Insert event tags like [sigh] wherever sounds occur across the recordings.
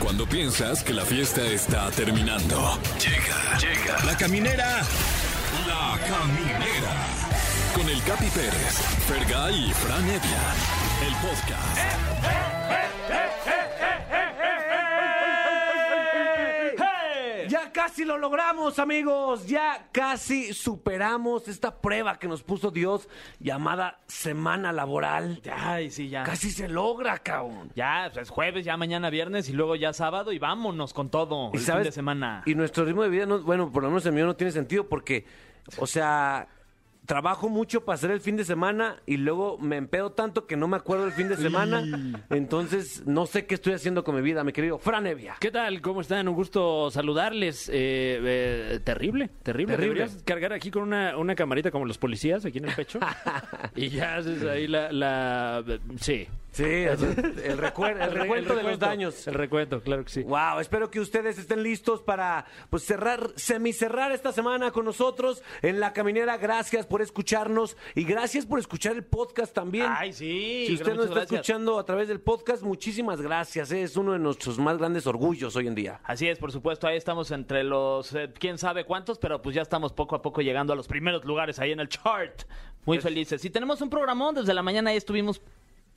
Cuando piensas que la fiesta está terminando. Llega, llega. La caminera. La caminera. Con el Capi Pérez, Fergay y Fran Evia. El podcast. Ya casi lo logramos, amigos. Ya casi superamos esta prueba que nos puso Dios llamada semana laboral. Ay, sí, ya. Casi se logra, cabrón. Ya, pues, es jueves, ya mañana viernes y luego ya sábado y vámonos con todo el fin de semana. Y nuestro ritmo de vida, no- bueno, por lo menos el mío no tiene sentido porque, o sea, trabajo mucho para hacer el fin de semana y luego me empedo tanto que no me acuerdo el fin de semana. Entonces, no sé qué estoy haciendo con mi vida, mi querido Fran Evia. ¿Qué tal? ¿Cómo están? Un gusto saludarles. Eh, eh, terrible, terrible. Terrible. Deberías cargar aquí con una, una camarita como los policías aquí en el [laughs] pecho. y ya haces ahí la... la- sí. Sí, el, el, recuer- el re- recuento de los recuento. daños. El recuento, claro que sí. Wow, espero que ustedes estén listos para pues cerrar, semicerrar esta semana con nosotros en La Caminera. Gracias por escucharnos y gracias por escuchar el podcast también. Ay, sí. si usted muchas nos está gracias. escuchando a través del podcast, muchísimas gracias. eh, Es uno de nuestros más grandes orgullos hoy en día. Así es, por supuesto, ahí estamos entre los eh, quién sabe cuántos, pero pues ya estamos poco a poco llegando a los primeros lugares ahí en el chart. Muy felices. Y tenemos un programón, desde la mañana ahí estuvimos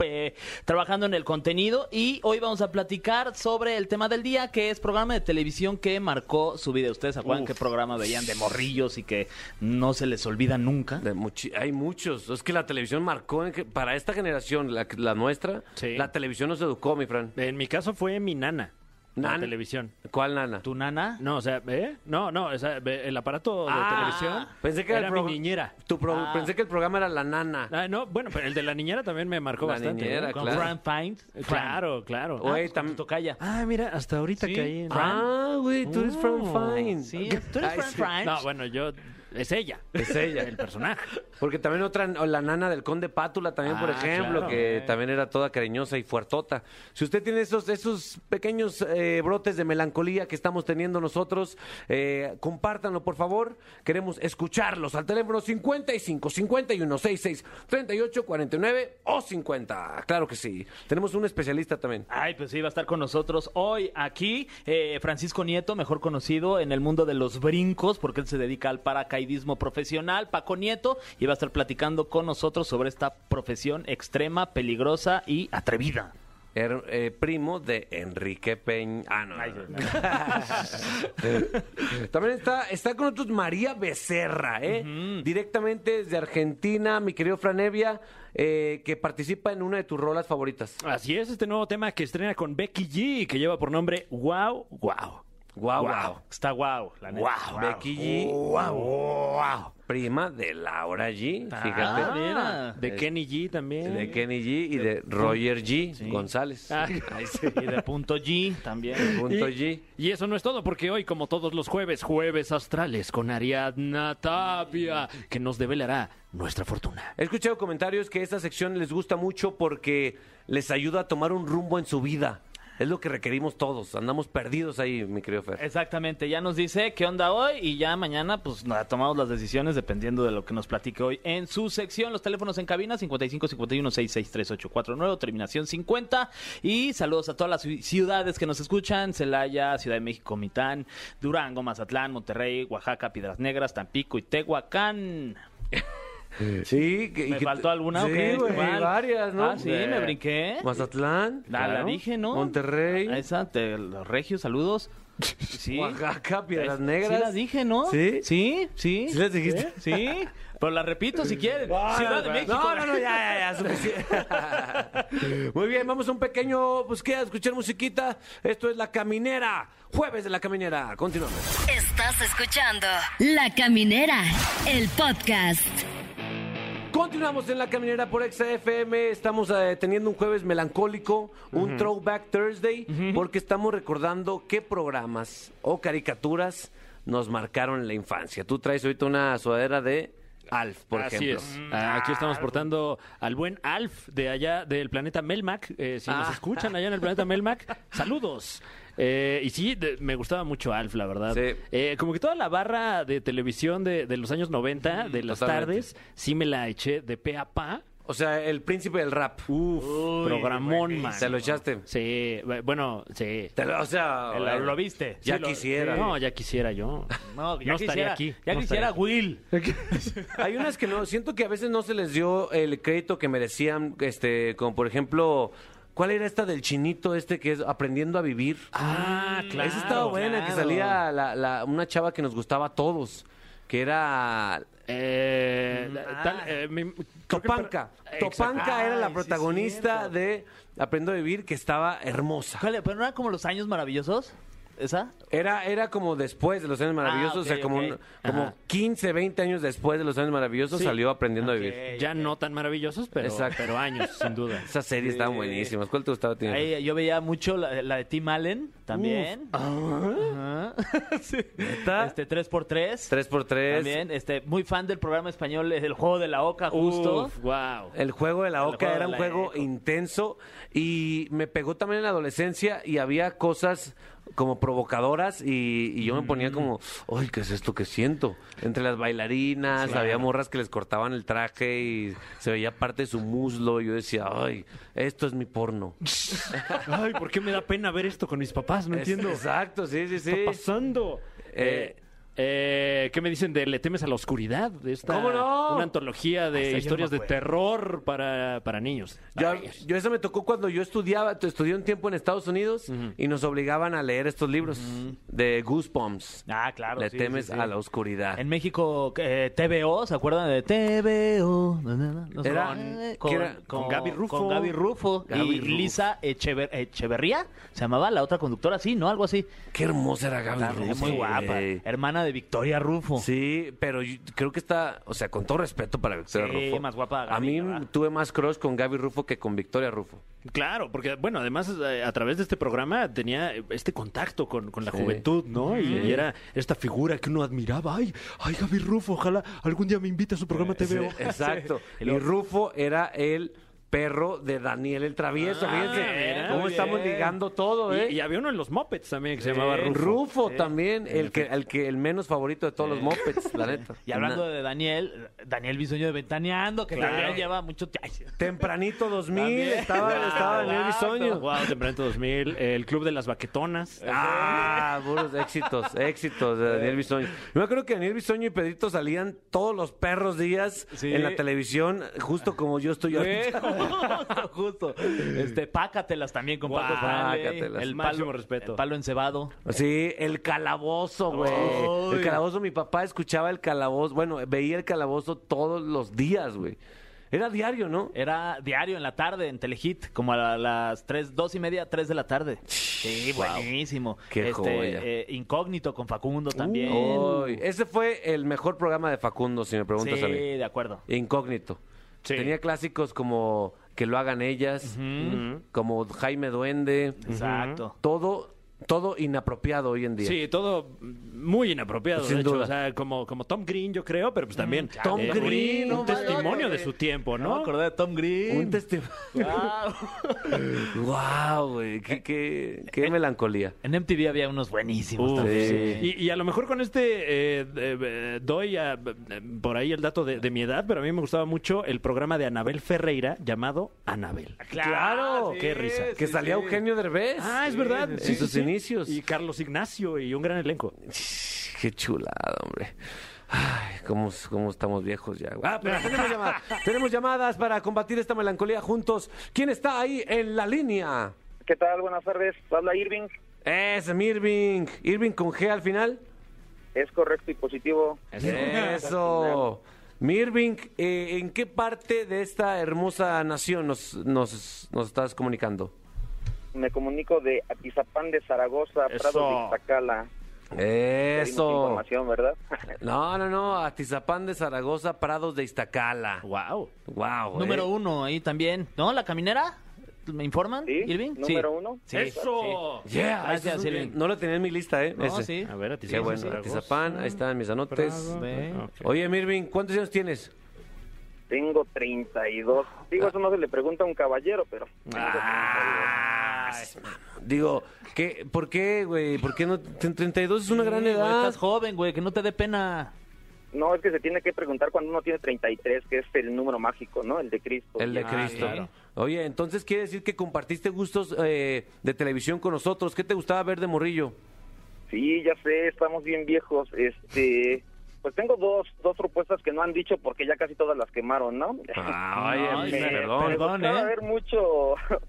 eh, trabajando en el contenido y hoy vamos a platicar sobre el tema del día, que es programa de televisión que marcó su vida. ¿Ustedes se acuerdan qué programa veían de morrillos y que no se les olvida nunca? De muchi- hay muchos. Es que la televisión marcó en que- para esta generación, la, la nuestra, Sí. la televisión nos educó, mi Fran. En mi caso fue mi nana. La Nan- televisión. ¿Cuál nana? ¿Tu nana? No, o sea, ¿eh? No, no, o sea, ve- el aparato de Ah, televisión Pensé que era era el mi progr- niñera. tu pro- Ah. Pensé que el programa era la nana. Ah, no, bueno, pero el de la niñera también me marcó La bastante. niñera, ¿no? Con claro. Fran Fiennes. Claro, claro. Oye, Fran. Ah, pues con tam- tu tocaya. Ah, mira, hasta ahorita Sí. caí. en- Fran. Ah, güey, tú eres Fran Oh, Fine. Sí, tú eres Ay, Fran sí. Fiennes. No, bueno, yo... Es ella. Es ella. El personaje. Porque también otra, o la nana del conde Pátula también, por Ah, ejemplo, claro. que también era toda cariñosa y fuertota. Si usted tiene esos, esos pequeños eh, brotes de melancolía que estamos teniendo nosotros, eh, compártanlo, por favor. Queremos escucharlos al teléfono 55 51 66 38 49 o 50. Claro que sí. Tenemos un especialista también. Ay, pues sí, va a estar con nosotros hoy aquí eh, Francisco Nieto, mejor conocido en el mundo de los brincos, porque él se dedica al paracaidismo profesional, Paco Nieto, y va a estar platicando con nosotros sobre esta profesión extrema, peligrosa y atrevida. Er- eh, primo de Enrique Peña. Ah, no. no, no. [laughs] Eh, También está, está con nosotros María Becerra, ¿eh? directamente desde Argentina, mi querido Franevia, eh, que participa en una de tus rolas favoritas. Así es, este nuevo tema que estrena con Becky G, que lleva por nombre Wow, Wow. Guau, guau. Está guau, la neta. Guau. Becky G. Guau, guau. Prima de Laura G, Ah, fíjate. mira. De Es- Kenny G también. De Kenny G y de Roger G. González. Ah. Y de punto G [laughs] también. Punto Y- G. Y eso no es todo, porque hoy, como todos los jueves, jueves astrales con Ariadna Tapia, que nos develará nuestra fortuna. He escuchado comentarios que esta sección les gusta mucho porque les ayuda a tomar un rumbo en su vida. Es lo que requerimos todos. Andamos perdidos ahí, mi querido Eh, Fer. Exactamente, ya nos dice qué onda hoy y ya mañana pues nada, tomamos las decisiones dependiendo de lo que nos platique hoy en su sección. Los teléfonos en cabina 55 51 663849 terminación 50 y saludos a todas las ci- ciudades que nos escuchan, Celaya, Ciudad de México, Mitán, Durango, Mazatlán, Monterrey, Oaxaca, Piedras Negras, Tampico y Tehuacán. Sí, que, y ¿Me que- faltó alguna? o Sí, qué? güey, Igual. varias, ¿no? Ah, sí, me brinqué. Mazatlán. La, la claro. dije, ¿no? Monterrey. A Esa, te- los regios, saludos. [laughs] Sí. Oaxaca, Piedras Es- Negras. Sí las dije, ¿no? ¿Sí? Sí, sí. ¿Sí las dijiste? Ah, Sí. Pero las repito si quieren. Ciudad de México. No, no, no, ya, ya, ya. suficiente. [laughs] Muy bien, vamos a un pequeño busquea, a escuchar musiquita. Esto es La Caminera. Jueves de La Caminera. Continuamos. Estás escuchando La Caminera, el podcast. Continuamos en la caminera por XFM. Estamos eh, teniendo un jueves melancólico, un Throwback Thursday, porque estamos recordando qué programas o caricaturas nos marcaron en la infancia. Tú traes ahorita una sudadera de Alf, por Así ejemplo. es. Ah, Aquí estamos portando al buen Alf de allá del planeta Melmac. Eh, si nos Ah. escuchan allá en el planeta [laughs] Melmac, saludos. Eh, y sí, de- me gustaba mucho Alf, la verdad. Sí. Eh, como que toda la barra de televisión de, de los años 90, de las Mm, totalmente. tardes, sí me la eché de pe a pa. O sea, el príncipe del rap. Uf, programón, man. ¿Te lo echaste? Sí, bu- bueno, sí. Te lo- o sea, El- lo viste. Ya Sí, lo- quisiera. No, ya [laughs] quisiera yo. No, ya No quisiera, estaría aquí. Ya no quisiera estaría aquí. Will. Hay unas que no, siento que a veces no se les dio el crédito que merecían, este, como por ejemplo, ¿cuál era esta del chinito este que es aprendiendo a vivir? Ah, claro. Esa estaba buena, que claro. salía la- la- una chava que nos gustaba a todos, que era Eh, la- tal, eh, mi- creo que- Mm, ah. Topanca. Exacto. Topanca era Ay, la sí, protagonista cierto. de Aprendo a Vivir, que estaba hermosa. ¿Cuál era? ¿Pero no eran como los años maravillosos? ¿Esa? Era, era como después de Los Años Maravillosos, Ah, o ok, sea, como, ok. un- como Ajá. 15, 20 años después de Los Años Maravillosos salió Aprendiendo Ok. a Vivir. Ya no tan maravillosos, pero, Exacto. pero años, [laughs] sin duda. Esas series estaban Sí. buenísimas. ¿Cuál te gustaba a ti? Eh. Ahí, yo veía mucho la, la de Tim Allen también. Ah. Ajá. [laughs] Sí. ¿Neta? Este 3x3. 3x3. También, este, muy fan del programa español, eh, del juego de la oca, justo. wow. El juego de la El Oca juego era de un la juego Oca. intenso y me pegó también en la adolescencia y había cosas como provocadoras y, y yo Mm. me ponía como, ay, ¿qué es esto que siento? Entre las bailarinas, había morras que les cortaban el traje y se veía parte de su muslo y yo decía, ay, esto es mi porno. Ay, ¿por qué me da pena ver esto con mis papás? No Es- entiendo. Exacto, sí, sí, sí. ¿Qué está pasando? Eh, Eh, eh, ¿Qué me dicen de Le temes a la oscuridad? Esta- ¿Cómo no? Una antología Hasta yo de no historias me de acuerdo. terror para, para niños. Yo, yo eso me tocó cuando yo estudiaba, tu- estudié un tiempo en Estados Unidos y nos obligaban a leer estos libros de Goosebumps. Ah, claro. Le sí, temes sí, sí. a la oscuridad. En México, eh, TVO, ¿se acuerdan de TVO? No, no, no, no sé. Era- Eh, que era- con Gaby Rufo. Con Gaby Rufo. Gaby y Rufo. Lisa Echever- Echeverría, se llamaba la otra conductora, sí, ¿no? Algo así. Qué hermosa era Gaby Claro, Rufo, muy guapa. güey. Hermana de Victoria Rufo. Sí, pero yo creo que está, o sea, con todo respeto para Victoria Sí, Rufo. más guapa Gaby, A mí ¿verdad? tuve más crush con Gaby Rufo que con Victoria Rufo. Claro, porque bueno, además eh, a través de este programa tenía eh, este contacto con, con la Sí. juventud, ¿no? Y, y era esta figura que uno admiraba. Ay, ay, Gaby Rufo, ojalá algún día me invite a su programa Sí, TVO. exacto. [laughs] Y Rufo era el perro de Daniel el Travieso. Fíjense Ah, mira. cómo Muy estamos Ah, bien. ligando todo, ¿eh? Y, y había uno en los Muppets también que se llamaba Rufo, Rufo. también, el que, el que el menos favorito de todos los mopeds, la neta. [laughs] Y hablando Na- de Daniel, Daniel Bisoño de Ventaneando, que también lleva [laughs] mucho tiempo. Tempranito 2000 También. estaba, [laughs] Wow, estaba [laughs] Daniel exacto. Bisoño. Wow, temprano 2000, el Club de las Baquetonas. Ah, puros éxitos, éxitos de Daniel Bisoño. Yo me acuerdo que Daniel Bisoño y Pedrito salían todos los perros días Sí. ¿Eh? en la televisión, justo como yo estoy ahorita. [laughs] justo, justo. Este, pácatelas también con Paco Guau, Stanley, Pácatelas. El Máximo palo, respeto. El palo encebado. Sí, el calabozo, güey. Ay. El calabozo, mi papá escuchaba el calabozo, bueno, veía el calabozo todos los días, güey. Era diario, ¿no? Era diario en la tarde en Telehit, como a las 3, 2 y media, 3 de la tarde. Sí, buenísimo. Qué joya. eh, incógnito con Facundo también. Uy, ese fue el mejor programa de Facundo, si me preguntas sí, a mí. de acuerdo. Incógnito. Sí. Tenía clásicos como Que lo hagan ellas, como Jaime Duende. Exacto. Todo, todo inapropiado hoy en día. Sí, todo muy inapropiado, Sin de hecho. duda. Mm, O sea, como, como Tom Green, yo creo, pero pues también. Tom un- Green, no Un, mames. testimonio de su tiempo, No me ¿no? acordé de Tom Green. Un [laughs] testimonio. [laughs] Guau. wow, güey. Eh, Qué, qué, qué melancolía. En MTV había unos buenísimos. Uf, también. sí. Y, y a lo mejor con este eh, eh, eh, doy a- eh, por ahí el dato de, de mi edad, pero a mí me gustaba mucho el programa de Anabel Ferreira llamado Anabel. Claro, qué risa. que salía Eugenio Derbez. Ah, es verdad. En sí, sus sí. inicios. Y Carlos Ignacio y un gran elenco. Qué chulada, hombre. Ay, cómo, cómo estamos viejos ya. güey. Ah, pero tenemos, [laughs] llamada- tenemos llamadas para combatir esta melancolía juntos. ¿Quién está ahí en la línea? ¿Qué tal? Buenas tardes. Habla Irving. Es Irving. Irving con G al final. Es correcto y positivo. Eso. Mi Irving, eh, ¿en qué parte de esta hermosa nación nos, nos, nos estás comunicando? Me comunico de Atizapán de Zaragoza, Prado de Iztacala. Pedimos Eso. Información, ¿verdad? [laughs] No, no, no. Atizapán de Zaragoza, Prados de Iztacala. eh. Wow. Wow. Número uno ahí también. ¿No? ¿La caminera? ¿Me informan, ¿Sí? Irving? Número uno. Sí. Eso. Yeah, Gracias, ese es un- Irving. No lo tenía en mi lista, ¿eh? No, Ese. sí. A ver, a ti Qué bueno. Atizapán, ahí están mis anotes. Ve. Oye, mi Irving, ¿cuántos años tienes? Tengo 32. Digo, eso no se le pregunta a un caballero, pero... Ah. Digo, ¿qué, ¿por qué, güey? ¿Por qué no? 32 es una gran Sí, güey, edad. Estás joven, güey, que no te dé pena. No, es que se tiene que preguntar cuando uno tiene 33, que es el número mágico, ¿no? El de Cristo. El de Ah, Cristo. claro. Oye, entonces quiere decir que compartiste gustos eh, de televisión con nosotros. ¿Qué te gustaba ver de morrillo? Sí, ya sé, estamos bien viejos. Este, pues tengo dos, dos propuestas que no han dicho porque ya casi todas las quemaron, ¿no? Ah, oye, pues, Ay, me- perdón. Me perdón, gustaba ¿eh? ver mucho [laughs]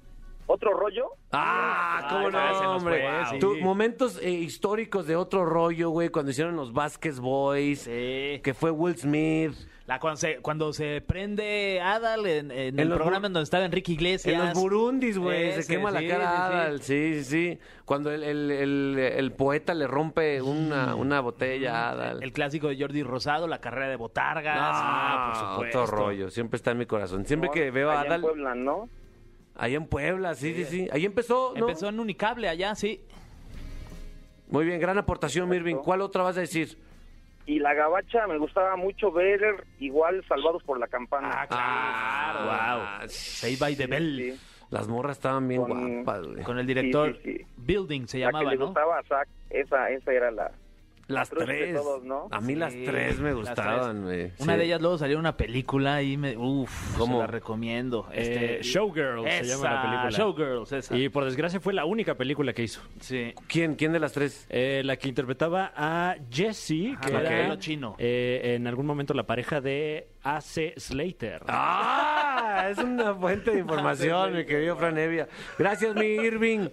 otro rollo. Ah, cómo Ay, ya se no, nos hombre. fue, sí. Tú, momentos eh, históricos de otro rollo, güey, cuando hicieron los Vasquez Boys, Sí. que fue Will Smith. La, cuando, se, cuando se prende Adal en, en el los programa bur- en donde estaba Enrique Iglesias. En los Burundis, güey, se Ese, quema sí, la cara sí, sí. Adal, sí, sí, sí. Cuando el, el- el- el poeta le rompe una, una botella a Adal. Mm. El clásico de Jordi Rosado, la carrera de Botargas. Ah, Otro rollo, siempre está en mi corazón. Siempre ¿no? que veo a Allá en Adal, Puebla, ¿no? ahí en Puebla, sí, sí, sí. Ahí empezó, ¿no? Empezó en Unicable allá, sí. Muy bien, gran aportación, Mirvin. ¿Cuál otra vas a decir? Y la gabacha me gustaba mucho ver igual Salvados por la Campana. Ah, wow. Save by the Bell. Sí, Las morras estaban bien Con- guapas, güey. Con el director Sí, sí, sí. Building se La que llamaba, le ¿no? gustaba a Zac, esa, esa era la... Las cruz de tres. todos, ¿no? A mí las Sí, tres me las gustaban, tres. güey. Una Sí. de ellas luego salió una película y me. Uf, ¿Cómo? se la recomiendo. Este, Eh, Showgirls se llama la esa, película. Showgirls, esa. Y por desgracia fue la única película que hizo. Sí. ¿Quién? ¿Quién de las tres? Eh, la que interpretaba a Jessie, que la era, modelo chino. eh, en algún momento la pareja de AC Slater. ¡Ah! Es una fuente de [laughs] información, mi querido Fran Evia. Gracias, mi Irving.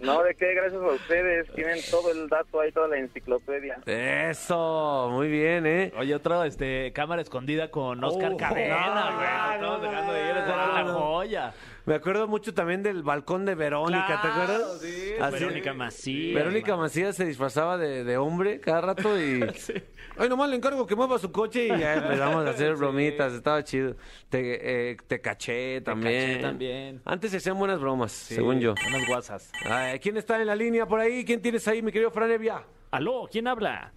No, de qué, gracias a ustedes. Tienen todo el dato ahí, toda la enciclopedia. Eso, muy bien, ¿eh? Oye, otra este, cámara escondida con Oscar Oh, Cadena, no, güey. no, Estamos no, dejando de ir, no, esa era no, la no. joya. Me acuerdo mucho también del balcón de Verónica, ¿te Claro, acuerdas? sí. Así- Verónica Macías. Verónica Macías se disfrazaba de, de hombre cada rato y... [laughs] Ay, nomás le encargo que mueva su coche y ya empezamos a [laughs] hacer bromitas, estaba chido. Te, eh, te caché también. también. Antes se hacían buenas bromas, Sí, según yo. Unas guasas. Ay, ¿Quién está en la línea por ahí? ¿Quién tienes ahí, mi querido Fran Evia? Aló, ¿quién habla?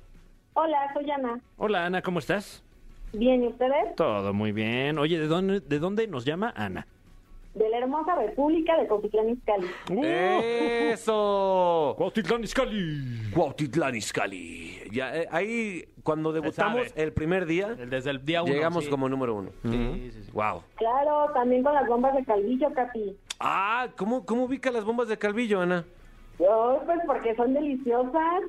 Hola, soy Ana. Hola, Ana, ¿cómo estás? Bien, ¿y ustedes? Todo muy bien. Oye, ¿de dónde, de dónde nos llama Ana? De la hermosa República de Coquitlán Izcalli. Uh. Eh. ¡Eso! [laughs] Cuautitlán Izcalli. Cuautitlán Izcalli. Ya, eh, ahí, cuando debutamos sabe. el primer día, El- Desde el día uno. llegamos sí. como número uno. Sí, sí, sí. Wow. Claro, también con las bombas de Calvillo, Capi. Ah, ¿cómo, ¿cómo ubica las bombas de Calvillo, Ana? Yo, pues porque son deliciosas.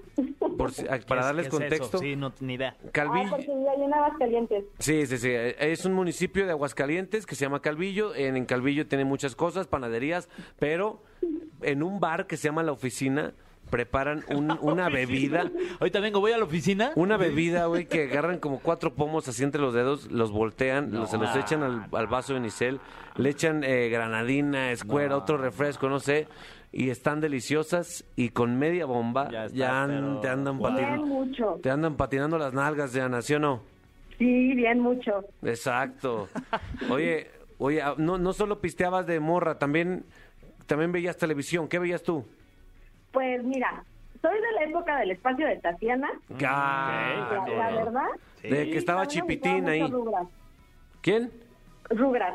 Por si- ah, para ¿Qué es- darles qué es eso? contexto. Sí, no, ni idea. ah, Calvillo. porque yo hay en Aguascalientes. Sí, sí, sí. eh, Es un municipio de Aguascalientes que se llama Calvillo. En, en Calvillo tiene muchas cosas, panaderías, pero en un bar que se llama La Oficina preparan un- una bebida. Ahorita vengo, voy a la oficina. Una bebida, güey, que agarran como cuatro pomos así entre los dedos, los voltean, los- se los echan al, al vaso de Nicel, le echan eh, granadina, escuera, otro refresco, no sé, y están deliciosas y con media bomba ya, Ya estás, an- pero- te andan Bien patinando. mucho. Ah, Te andan patinando las nalgas de Ana, ¿sí o no? Sí, bien mucho. Exacto. Oye, oye, ah, no, no solo pisteabas de morra, también, también veías televisión. ¿Qué veías tú? Pues mira, soy de la época del espacio de Tatiana. Ah, la, la no. verdad. De que estaba También me Chipitín gustaba ahí. mucho Rugrat. ¿Quién? Rugrat.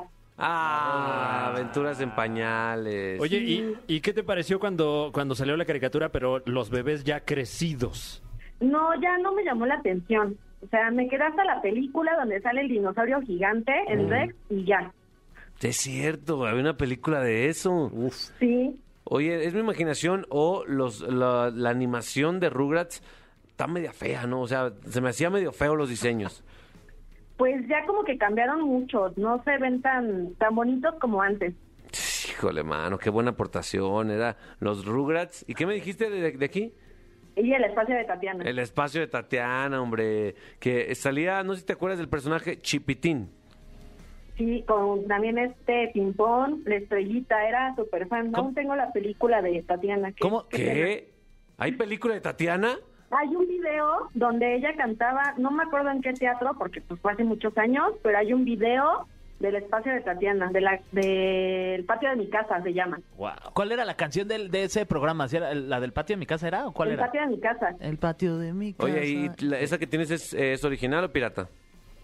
Ah, aventuras en pañales. Oye, ¿y, y qué te pareció cuando, cuando salió la caricatura, pero los bebés ya crecidos? No, ya no me llamó la atención. O sea, me quedé hasta la película donde sale el dinosaurio gigante, Mm. el Rex, y ya. es cierto, había una película de eso. Sí, Oye, ¿es mi imaginación o los, la, la animación de Rugrats está media fea, no? O sea, se me hacía medio feo los diseños. Pues ya como que cambiaron mucho, no se ven tan tan bonitos como antes. Híjole, mano, qué buena aportación. Era los Rugrats. ¿Y qué me dijiste de- de aquí? Y el espacio de Tatiana. El espacio de Tatiana, hombre. Que salía, no sé si te acuerdas del personaje Chipitín. Sí, con también este Pimpón, la estrellita, era súper fan. ¿Cómo? Aún tengo la película de Tatiana. que- ¿Cómo? que- ¿Qué? ¿Hay película de Tatiana? Hay un video donde ella cantaba, no me acuerdo en qué teatro, porque pues fue hace muchos años, pero hay un video del espacio de Tatiana, de la- del patio de mi casa se llama. ¿Cuál era la canción del, de ese programa? ¿Sí era ¿La del patio de mi casa era o cuál el era? patio de mi casa, El patio de mi casa. Oye, ¿y la- esa que tienes es, eh, es original o pirata?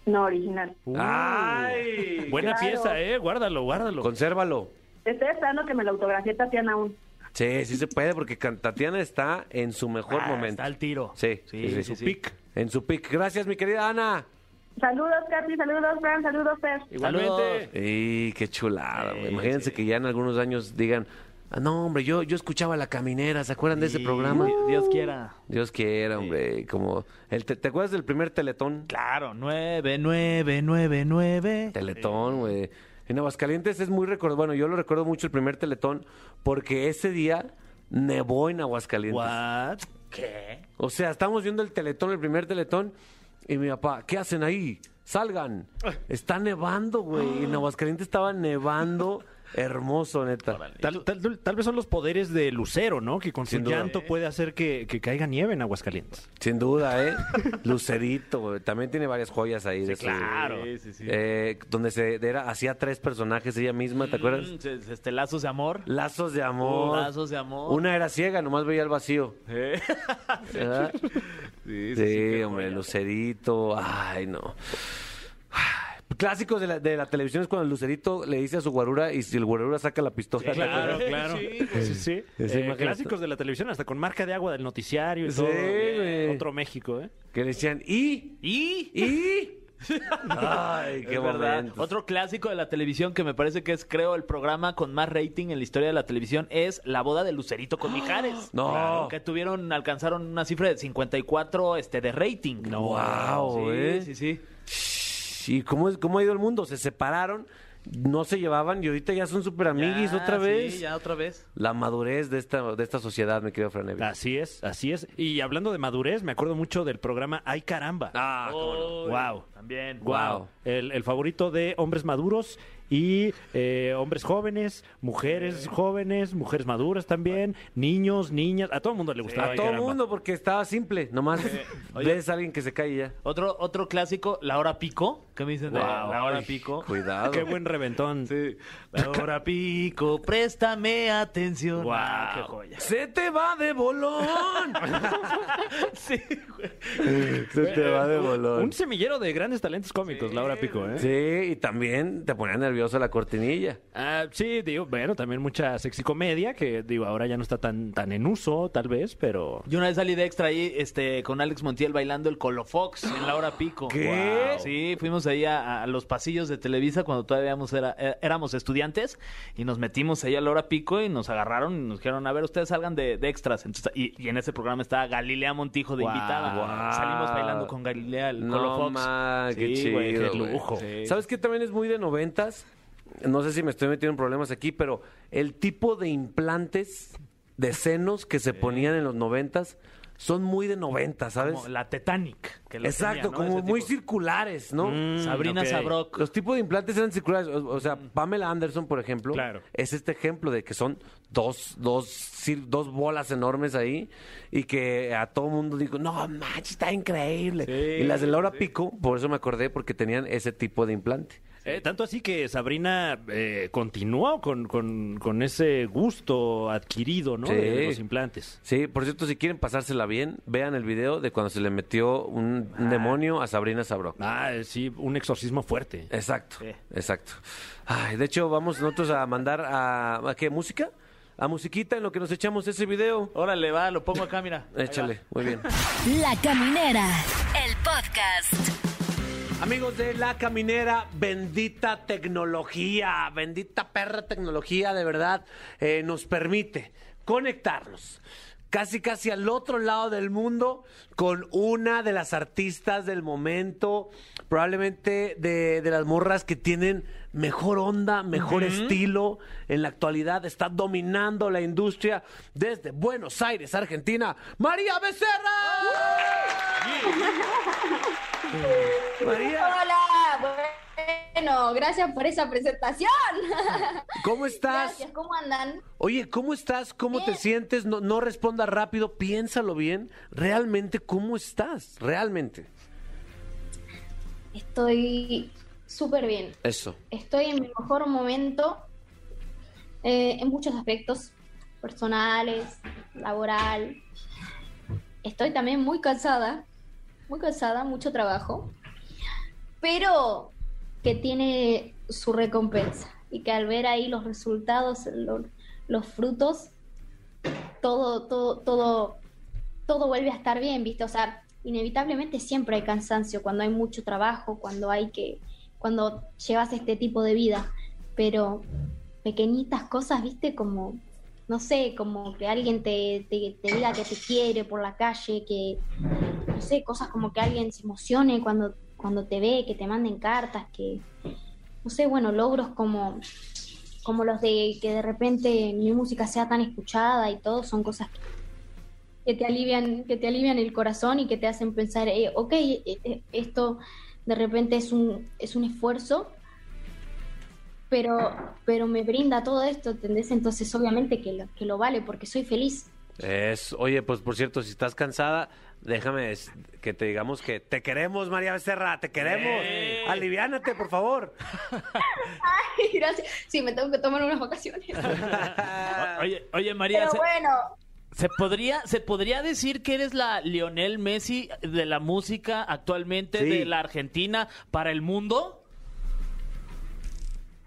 no original. ¡Ay! Buena Claro. pieza, ¿eh? Guárdalo, guárdalo. Consérvalo. Estoy esperando que me la autografié Tatiana aún. Sí, sí se puede porque can- Tatiana está en su mejor Ah, momento. Está al tiro. Sí, sí, sí, su sí. pick. en su pick. Gracias, mi querida Ana. Saludos, Capi, saludos, Fran, saludos, Fer. Igualmente. Y qué chulada, güey. Imagínense que ya en algunos años digan, "Ah, no, hombre, yo, yo escuchaba La Caminera, ¿se acuerdan de ese programa? Dios quiera. Dios quiera, hombre, como... El te, ¿te acuerdas del primer Teletón? Claro, 9999. Teletón, güey. En Aguascalientes es muy recordado, bueno, yo lo recuerdo mucho el primer Teletón, porque ese día nevó en Aguascalientes. What? ¿Qué? O sea, estamos viendo el Teletón, el primer Teletón, y mi papá, ¿qué hacen ahí? Salgan. Está nevando, güey. En Aguascalientes estaba nevando hermoso, neta. Tal, tal- tal vez son los poderes de Lucero, ¿no? Que con su Sin duda. llanto puede hacer que, que caiga nieve en Aguascalientes. Sin duda, [laughs] ¿eh? Lucerito, güey. También tiene varias joyas ahí. de su- claro. Sí, sí, sí. Eh, donde se era, hacía tres personajes ella misma, ¿te acuerdas? Mm, se- se- Este, lazos de amor. Lazos de amor. Lazos de amor. Una era ciega, nomás veía el vacío. [laughs] ¿verdad? Sí, hombre, Lucerito. Ay, no. Ay, Clásicos de la, de la televisión es cuando el Lucerito le dice a su guarura y si el guarura saca la pistola. ¿te acuerdas? Eh, claro. Sí, sí, sí. Esa Eh, imagen clásicos está- de la televisión, hasta con marca de agua del noticiario y Sí, todo. ¿eh? güey. Otro México, ¿eh? Que le decían, ¿y? Y... [laughs] ¿Y? Ay, qué Es verdad. momentos. Otro clásico de la televisión que me parece que es, creo, el programa con más rating en la historia de la televisión es La boda de Lucerito con Mijares. [gasps] No. Claro, que tuvieron, alcanzaron una cifra de 54 este, de rating. No, wow, sí, eh. sí, sí. ¿Y cómo, es- cómo ha ido el mundo? Se separaron, no se llevaban y ahorita ya son super amiguis Ya, otra Ah, sí, vez. ya otra vez. La madurez de esta, de esta sociedad, mi querido Fran Evia. Así es, así es. Y hablando de madurez, me acuerdo mucho del programa Ay Caramba. Ah, cómo no. Wow. También. Guau. Wow. El, el favorito de hombres maduros y eh, hombres jóvenes, mujeres jóvenes, mujeres maduras también, niños, niñas. A todo el mundo le gustaba. A Ay todo el Caramba. Eh, mundo porque estaba simple, nomás ves a alguien que se cae y ya. Otro, otro clásico, La hora pico. ¿Qué me dicen de Guau. La hora pico? Cuidado. Qué buen reventón. Sí. La hora pico, préstame atención. Guau. Ah, [laughs] qué joya. Se te va de [laughs] bolón. Sí, güey. se te va de bolón. Eh, Un semillero de grandes talentos cómicos, Laura Pico, ¿eh? Sí, y también te ponía nervioso la cortinilla. Ah, sí, digo, bueno, también mucha sexicomedia, que digo, ahora ya no está tan, tan en uso, tal vez, pero. Yo una vez salí de extra ahí este, con Alex Montiel bailando el Colofox en la hora pico. ¿Qué? Wow. Sí, fuimos ahí a, a los pasillos de Televisa cuando todavía éramos, era- eh, éramos estudiantes y nos metimos ahí a la hora pico y nos agarraron y nos dijeron, a ver, ustedes salgan de, de extras. Entonces, y, y en ese programa estaba Galilea Montijo de Wow. invitada. Wow. Salimos bailando con Galilea el No, Colofox. ma, qué Sí, chido. güey, qué güey. lujo. Sí. ¿Sabes qué también es muy de noventas? No sé si me estoy metiendo en problemas aquí, pero el tipo de implantes de senos que se ponían en los noventas son muy de noventas, ¿sabes? Como la Titanic. que la Exacto, tenía, ¿no? como Ese muy tipo. Mm. circulares, ¿no? Sabrina ok. Sabrok. Los tipos de implantes eran circulares. O, o sea, Pamela Anderson, por ejemplo, Claro. es este ejemplo de que son dos, dos, cir- dos bolas enormes ahí y que a todo mundo digo, no manches, está increíble. y las de Laura Pico, por eso me acordé, porque tenían ese tipo de implante. Eh, tanto así que Sabrina eh, continuó con, con- con ese gusto adquirido, ¿no? Sí. De los implantes. Sí, por cierto, si quieren pasársela bien, vean el video de cuando se le metió un, un demonio a Sabrina Sabrok. Ah, eh, sí, un exorcismo fuerte. Exacto, exacto. Ay, de hecho, vamos nosotros a mandar a, ¿a qué? ¿Música? A musiquita en lo que nos echamos ese video. Órale, va, lo pongo acá, mira. Ahí va. Échale, muy bien. La Caminera, el podcast. [laughs] Amigos de La Caminera, bendita tecnología, bendita perra tecnología, de verdad, eh, nos permite conectarnos casi casi al otro lado del mundo con una de las artistas del momento, probablemente de, de las morras que tienen mejor onda, mejor estilo en la actualidad, está dominando la industria desde Buenos Aires, Argentina, María Becerra. María. Hola, bueno, gracias por esa presentación. ¿Cómo estás? Gracias, ¿cómo andan? Oye, ¿cómo estás? ¿Cómo te Bien. sientes? No, no respondas rápido, piénsalo bien. Realmente, ¿cómo estás? Realmente. Estoy súper bien. Eso. Estoy en mi mejor momento eh, en muchos aspectos, personales, laboral. Estoy también muy cansada, muy cansada, mucho trabajo, pero que tiene su recompensa y que al ver ahí los resultados, lo- los frutos, todo, todo, todo, todo vuelve a estar bien, ¿viste? O sea, inevitablemente siempre hay cansancio cuando hay mucho trabajo, cuando hay que, cuando llevas este tipo de vida, pero pequeñitas cosas, viste, como, no sé, como que alguien te, te, te diga que te quiere por la calle, que, no sé, cosas como que alguien se emocione cuando, cuando te ve, que te manden cartas, que, no sé, bueno, logros como como los de que de repente mi música sea tan escuchada y todo, son cosas que, que te alivian, que te alivian el corazón y que te hacen pensar, eh, ok, eh, eh, esto de repente es un, es un esfuerzo, pero, pero me brinda todo esto, ¿entendés? Entonces obviamente que lo, que lo vale porque soy feliz. [laughs] Es, oye, pues por cierto, si estás cansada, déjame des- que te digamos que te queremos, María Becerra, te queremos. Aliviánate, por favor. Ay, gracias. Sí, me tengo que tomar [laughs] unas vacaciones. O- Oye, oye María, Pero se, bueno, se podría, ¿se podría decir que eres la Lionel Messi de la música actualmente Sí. de la Argentina para el mundo?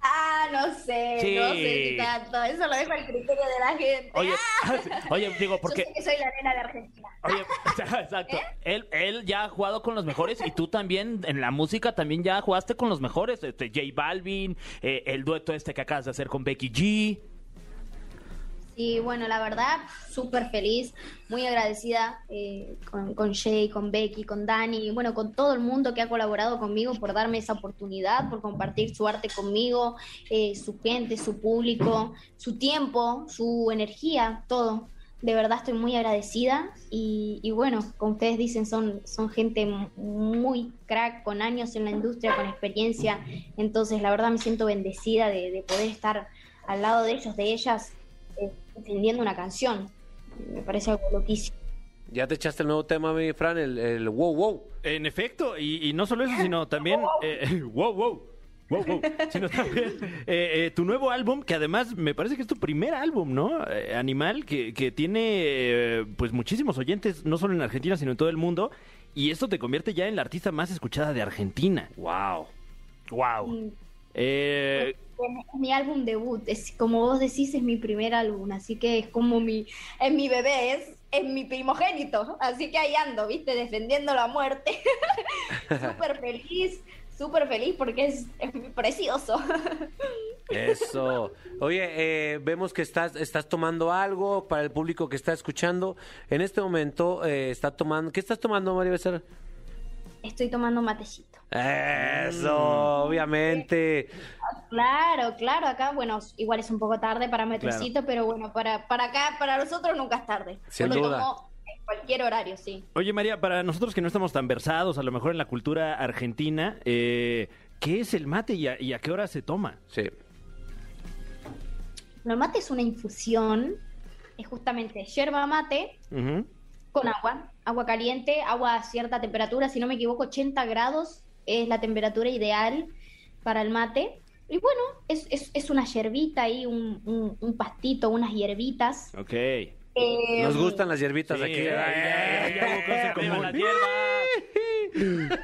ah, no sé, Sí. no sé si tanto. Eso lo dejo al criterio de la gente. Oye, Ah, [laughs] oye digo, yo porque... sé que ¿Eh? soy la nena de Argentina. Oye, [laughs] exacto. Él, él ya ha jugado con los mejores y tú también en la música también ya jugaste con los mejores. Este, J Balvin, eh, el dueto este que acabas de hacer con Becky G. Sí, bueno, la verdad, súper feliz, muy agradecida eh, con, con Jay, con Becky, con Dani, bueno, con todo el mundo que ha colaborado conmigo por darme esa oportunidad, por compartir su arte conmigo, eh, su gente, su público, su tiempo, su energía, todo. De verdad estoy muy agradecida y, y bueno, como ustedes dicen, son, son gente m- muy crack, con años en la industria, con experiencia. Entonces, la verdad me siento bendecida de, de poder estar al lado de ellos, de ellas, eh, entendiendo una canción. Me parece algo loquísimo. Ya te echaste el nuevo tema, mi Fran, el, el wow, wow. En efecto, y, y no solo eso, sino también. eh, [laughs] wow, wow. Wow, wow. Sino también eh, eh, tu nuevo álbum, que además me parece que es tu primer álbum, ¿no? Eh, Animal, que, que tiene eh, pues muchísimos oyentes, no solo en Argentina, sino en todo el mundo. Y esto te convierte ya en la artista más escuchada de Argentina. ¡Wow! ¡Wow! Mm, Eh, Es mi álbum debut, es como vos decís, es mi primer álbum, así que es como mi, es mi bebé, es, es mi primogénito, así que ahí ando, viste, defendiendo la muerte. [laughs] súper feliz, súper feliz porque es, es muy precioso. [laughs] Eso. Oye, eh, vemos que estás, estás tomando algo para el público que está escuchando. En este momento eh, está tomando. ¿Qué estás tomando, María Becerra? Estoy tomando matecito. Mm. Eso, obviamente. Claro, claro, acá, bueno, igual es un poco tarde para matecito, pero bueno, para, para acá, para nosotros nunca es tarde. Sin Yo lo duda. tomo en cualquier horario, sí. mm. Oye, María, para nosotros que no estamos tan versados, a lo mejor en la cultura argentina, eh, ¿qué es el mate y a- y a qué hora se toma? Sí. El mate es una infusión, es justamente yerba mate Ujú. con agua, agua caliente, agua a cierta temperatura, si no me equivoco, 80 grados es la temperatura ideal para el mate. Y bueno, es, es, es una yerbita ahí, un, un- un pastito, unas hierbitas. Ok. Eh, Nos [laughs] gustan las hierbitas Sí, aquí. ¿eh? eh, ya, ya, ya, ya hubo cosa ¡Arriba común. las hierbas!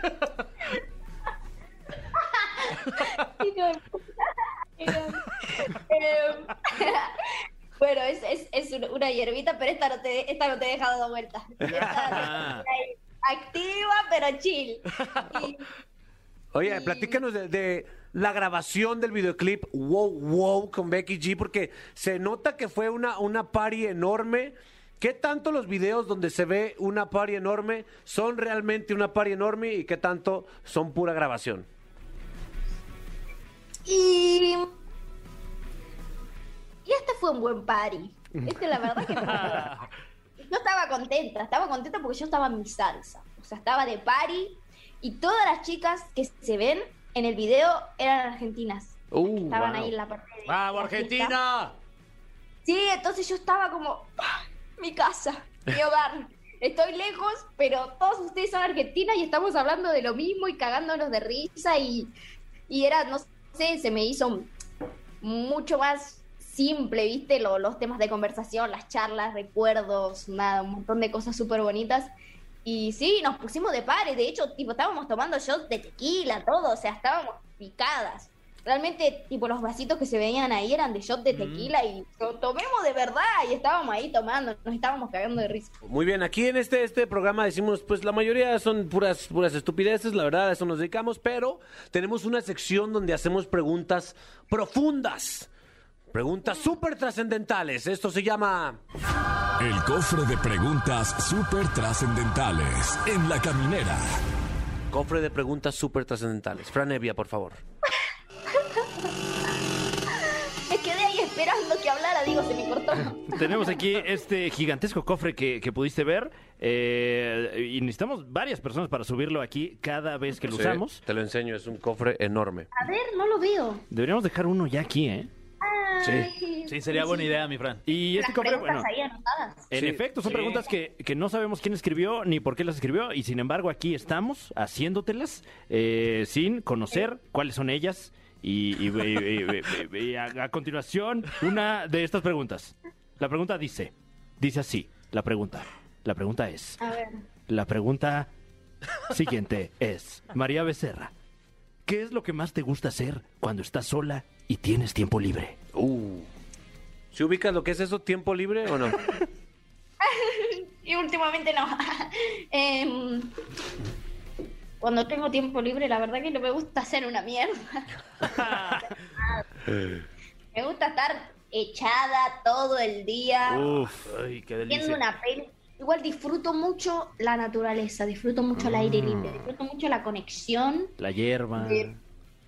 Hijo de puta. Em, [laughs] bueno, es, es- es un- una hierbita, pero esta no te, esta no te deja dado vueltas. Esta te [laughs] deja ahí Activa, pero chill. Y- Oye, Sí. platícanos de, de la grabación del videoclip Wow Wow con Becky G, porque se nota que fue una, una party enorme. ¿Qué tanto los videos donde se ve una party enorme son realmente una party enorme y qué tanto son pura grabación? Y. Y este fue un buen party. Este, la verdad, que fue un buen party. Yo estaba contenta, estaba contenta porque yo estaba en mi salsa. O sea, estaba de party y todas las chicas que se ven en el video eran argentinas. Estaban ahí en la parte de. ¡Vamos, de la fiesta. Argentina! Sí, entonces yo estaba como. "Ah, Mi casa, mi hogar. Estoy lejos, pero todos ustedes son argentinas y estamos hablando de lo mismo y cagándonos de risa y y era, no sé, se me hizo mucho más simple, viste, Lo- los temas de conversación, las charlas, recuerdos, nada, un montón de cosas súper bonitas. Y sí, nos pusimos de pares, de hecho, tipo, estábamos tomando shots de tequila, todo, o sea, estábamos picadas. realmente, tipo, los vasitos que se veían ahí eran de shot de tequila y to- tomemos de verdad y estábamos ahí tomando, nos estábamos cagando de risa. Muy bien, aquí en este, este programa decimos, pues la mayoría son puras, puras estupideces, la verdad, a eso nos dedicamos, pero tenemos una sección donde hacemos preguntas profundas, preguntas súper trascendentales. Esto se llama... El cofre de preguntas súper trascendentales en la caminera. Cofre de preguntas súper trascendentales. Fran Evia, por favor. Me quedé ahí esperando que hablara, digo, se me cortó. Tenemos aquí este gigantesco cofre que, que pudiste ver eh, y necesitamos varias personas para subirlo aquí cada vez que lo Sí, usamos. Te lo enseño, es un cofre enorme. A ver, no lo veo. Deberíamos dejar uno ya aquí, ¿eh? Ay. Sí, sería buena idea, mi Fran. Y Las este cofre, preguntas bueno, ahí anotadas. en Sí, efecto, son sí. preguntas que, que no sabemos quién escribió ni por qué las escribió y sin embargo aquí estamos haciéndotelas eh, sin conocer cuáles son ellas. Y, y- y- y- y- y a- a continuación, una de estas preguntas. La pregunta dice, dice así, la pregunta. La pregunta es... A ver. La pregunta siguiente es, María Becerra, ¿qué es lo que más te gusta hacer cuando estás sola y tienes tiempo libre? ¿Se ubicas lo que es eso, tiempo libre o no? Y últimamente no. [laughs] Em, cuando tengo tiempo libre, la verdad que no me gusta hacer una mierda. me gusta estar echada todo el Uh, día, [laughs] Uf, ay, qué viendo una peli. Igual disfruto mucho la naturaleza, disfruto mucho el aire libre, disfruto mucho la conexión La hierba. de,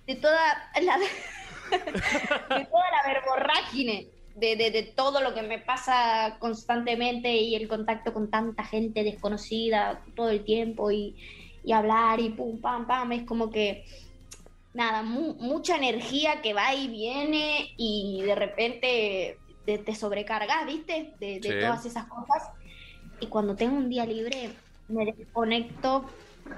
de toda la [laughs] de toda la verborrágine de, de- de todo lo que me pasa constantemente y el contacto con tanta gente desconocida todo el tiempo y, y hablar y pum pam pam es como que nada mu- mucha energía que va y viene y de repente te, te sobrecargas viste de, de Sí. todas esas cosas y cuando tengo un día libre me desconecto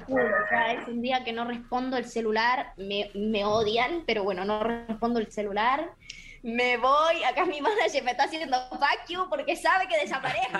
Uy, o sea, es un día que no respondo el celular, me, me odian, pero bueno, no respondo el celular. Me voy, acá mi manager me está haciendo fuck you porque sabe que desaparezco.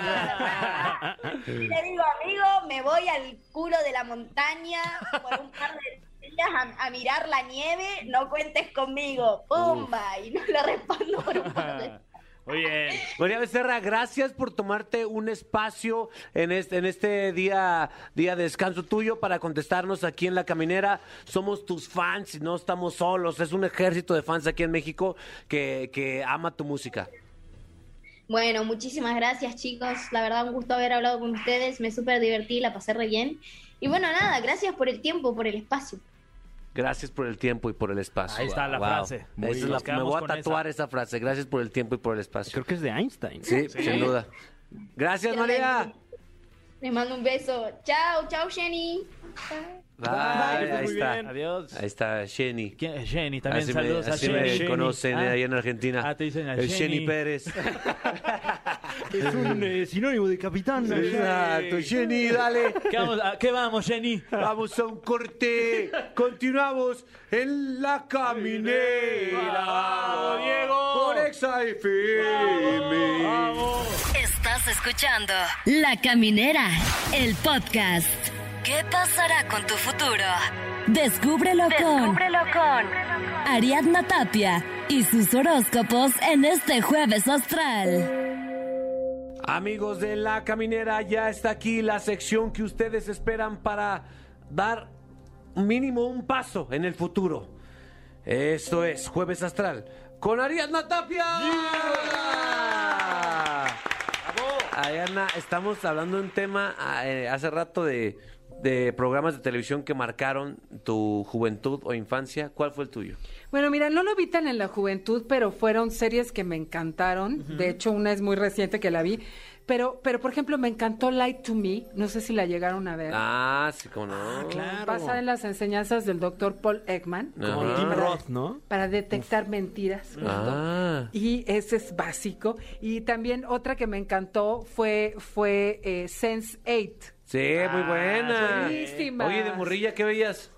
y le digo, amigo, me voy al culo de la montaña por un par de días a, a mirar la nieve, no cuentes conmigo, pumba, y no le respondo por un par de Muy bien. María Becerra, gracias por tomarte un espacio en este, en este día, día de descanso tuyo para contestarnos aquí en La Caminera. Somos tus fans y no estamos solos. Es un ejército de fans aquí en México que, que ama tu música. Bueno, muchísimas gracias chicos. La verdad, un gusto haber hablado con ustedes. Me súper divertí, la pasé re bien. Y bueno, nada, gracias por el tiempo, por el espacio. Gracias por el tiempo y por el espacio. Ahí está la frase. Esa Muy es bien. la- Nos me quedamos voy a con tatuar esa. frase. Gracias por el tiempo y por el espacio. Creo que es de Einstein. Sí, sin duda. Gracias, María. Les mando un beso. Chao, chao, Jenny. Bye. Bye, Ahí muy está. bien. Adiós. Ahí está Jenny. ¿Quién? Eh, Jenny, también así saludos me, a así Jenny. me Jenny. conocen Ah. eh, ahí en Argentina. Ah, te dicen a El Jenny. Jenny. [laughs] Pérez. Es un eh, sinónimo de capitán. Exacto, Ah, Jenny, dale. ¿Qué vamos, a qué vamos, Jenny? Vamos a un corte. Continuamos en la caminera. ¡Vamos, Diego! Por Exa FM. Estás escuchando La Caminera, el podcast. ¿Qué pasará con tu futuro? Descúbrelo, con, Ariadna Tapia y sus horóscopos en este jueves astral. Amigos de la caminera, ya está aquí la sección que ustedes esperan para dar mínimo un paso en el futuro. Esto es Jueves Astral con Ariadna Tapia. Ariadna, estamos hablando de un tema eh, hace rato de, de programas de televisión que marcaron tu juventud o infancia. ¿Cuál fue el tuyo? Bueno, mira, no lo vi tan en la juventud, pero fueron series que me encantaron. De hecho, una es muy reciente que la vi. Pero, pero por ejemplo, me encantó Light to Me. No sé si la llegaron a ver. Ah, sí, como no. Basada en las enseñanzas del doctor Paul Ekman. Como Para- Tim Roth, ¿no? Para detectar mentiras. justo. Ah. Y ese es básico. Y también otra que me encantó fue, fue eh, Sense 8. Sí, muy buena. buenísimas. Oye, de morrilla, ¿qué veías?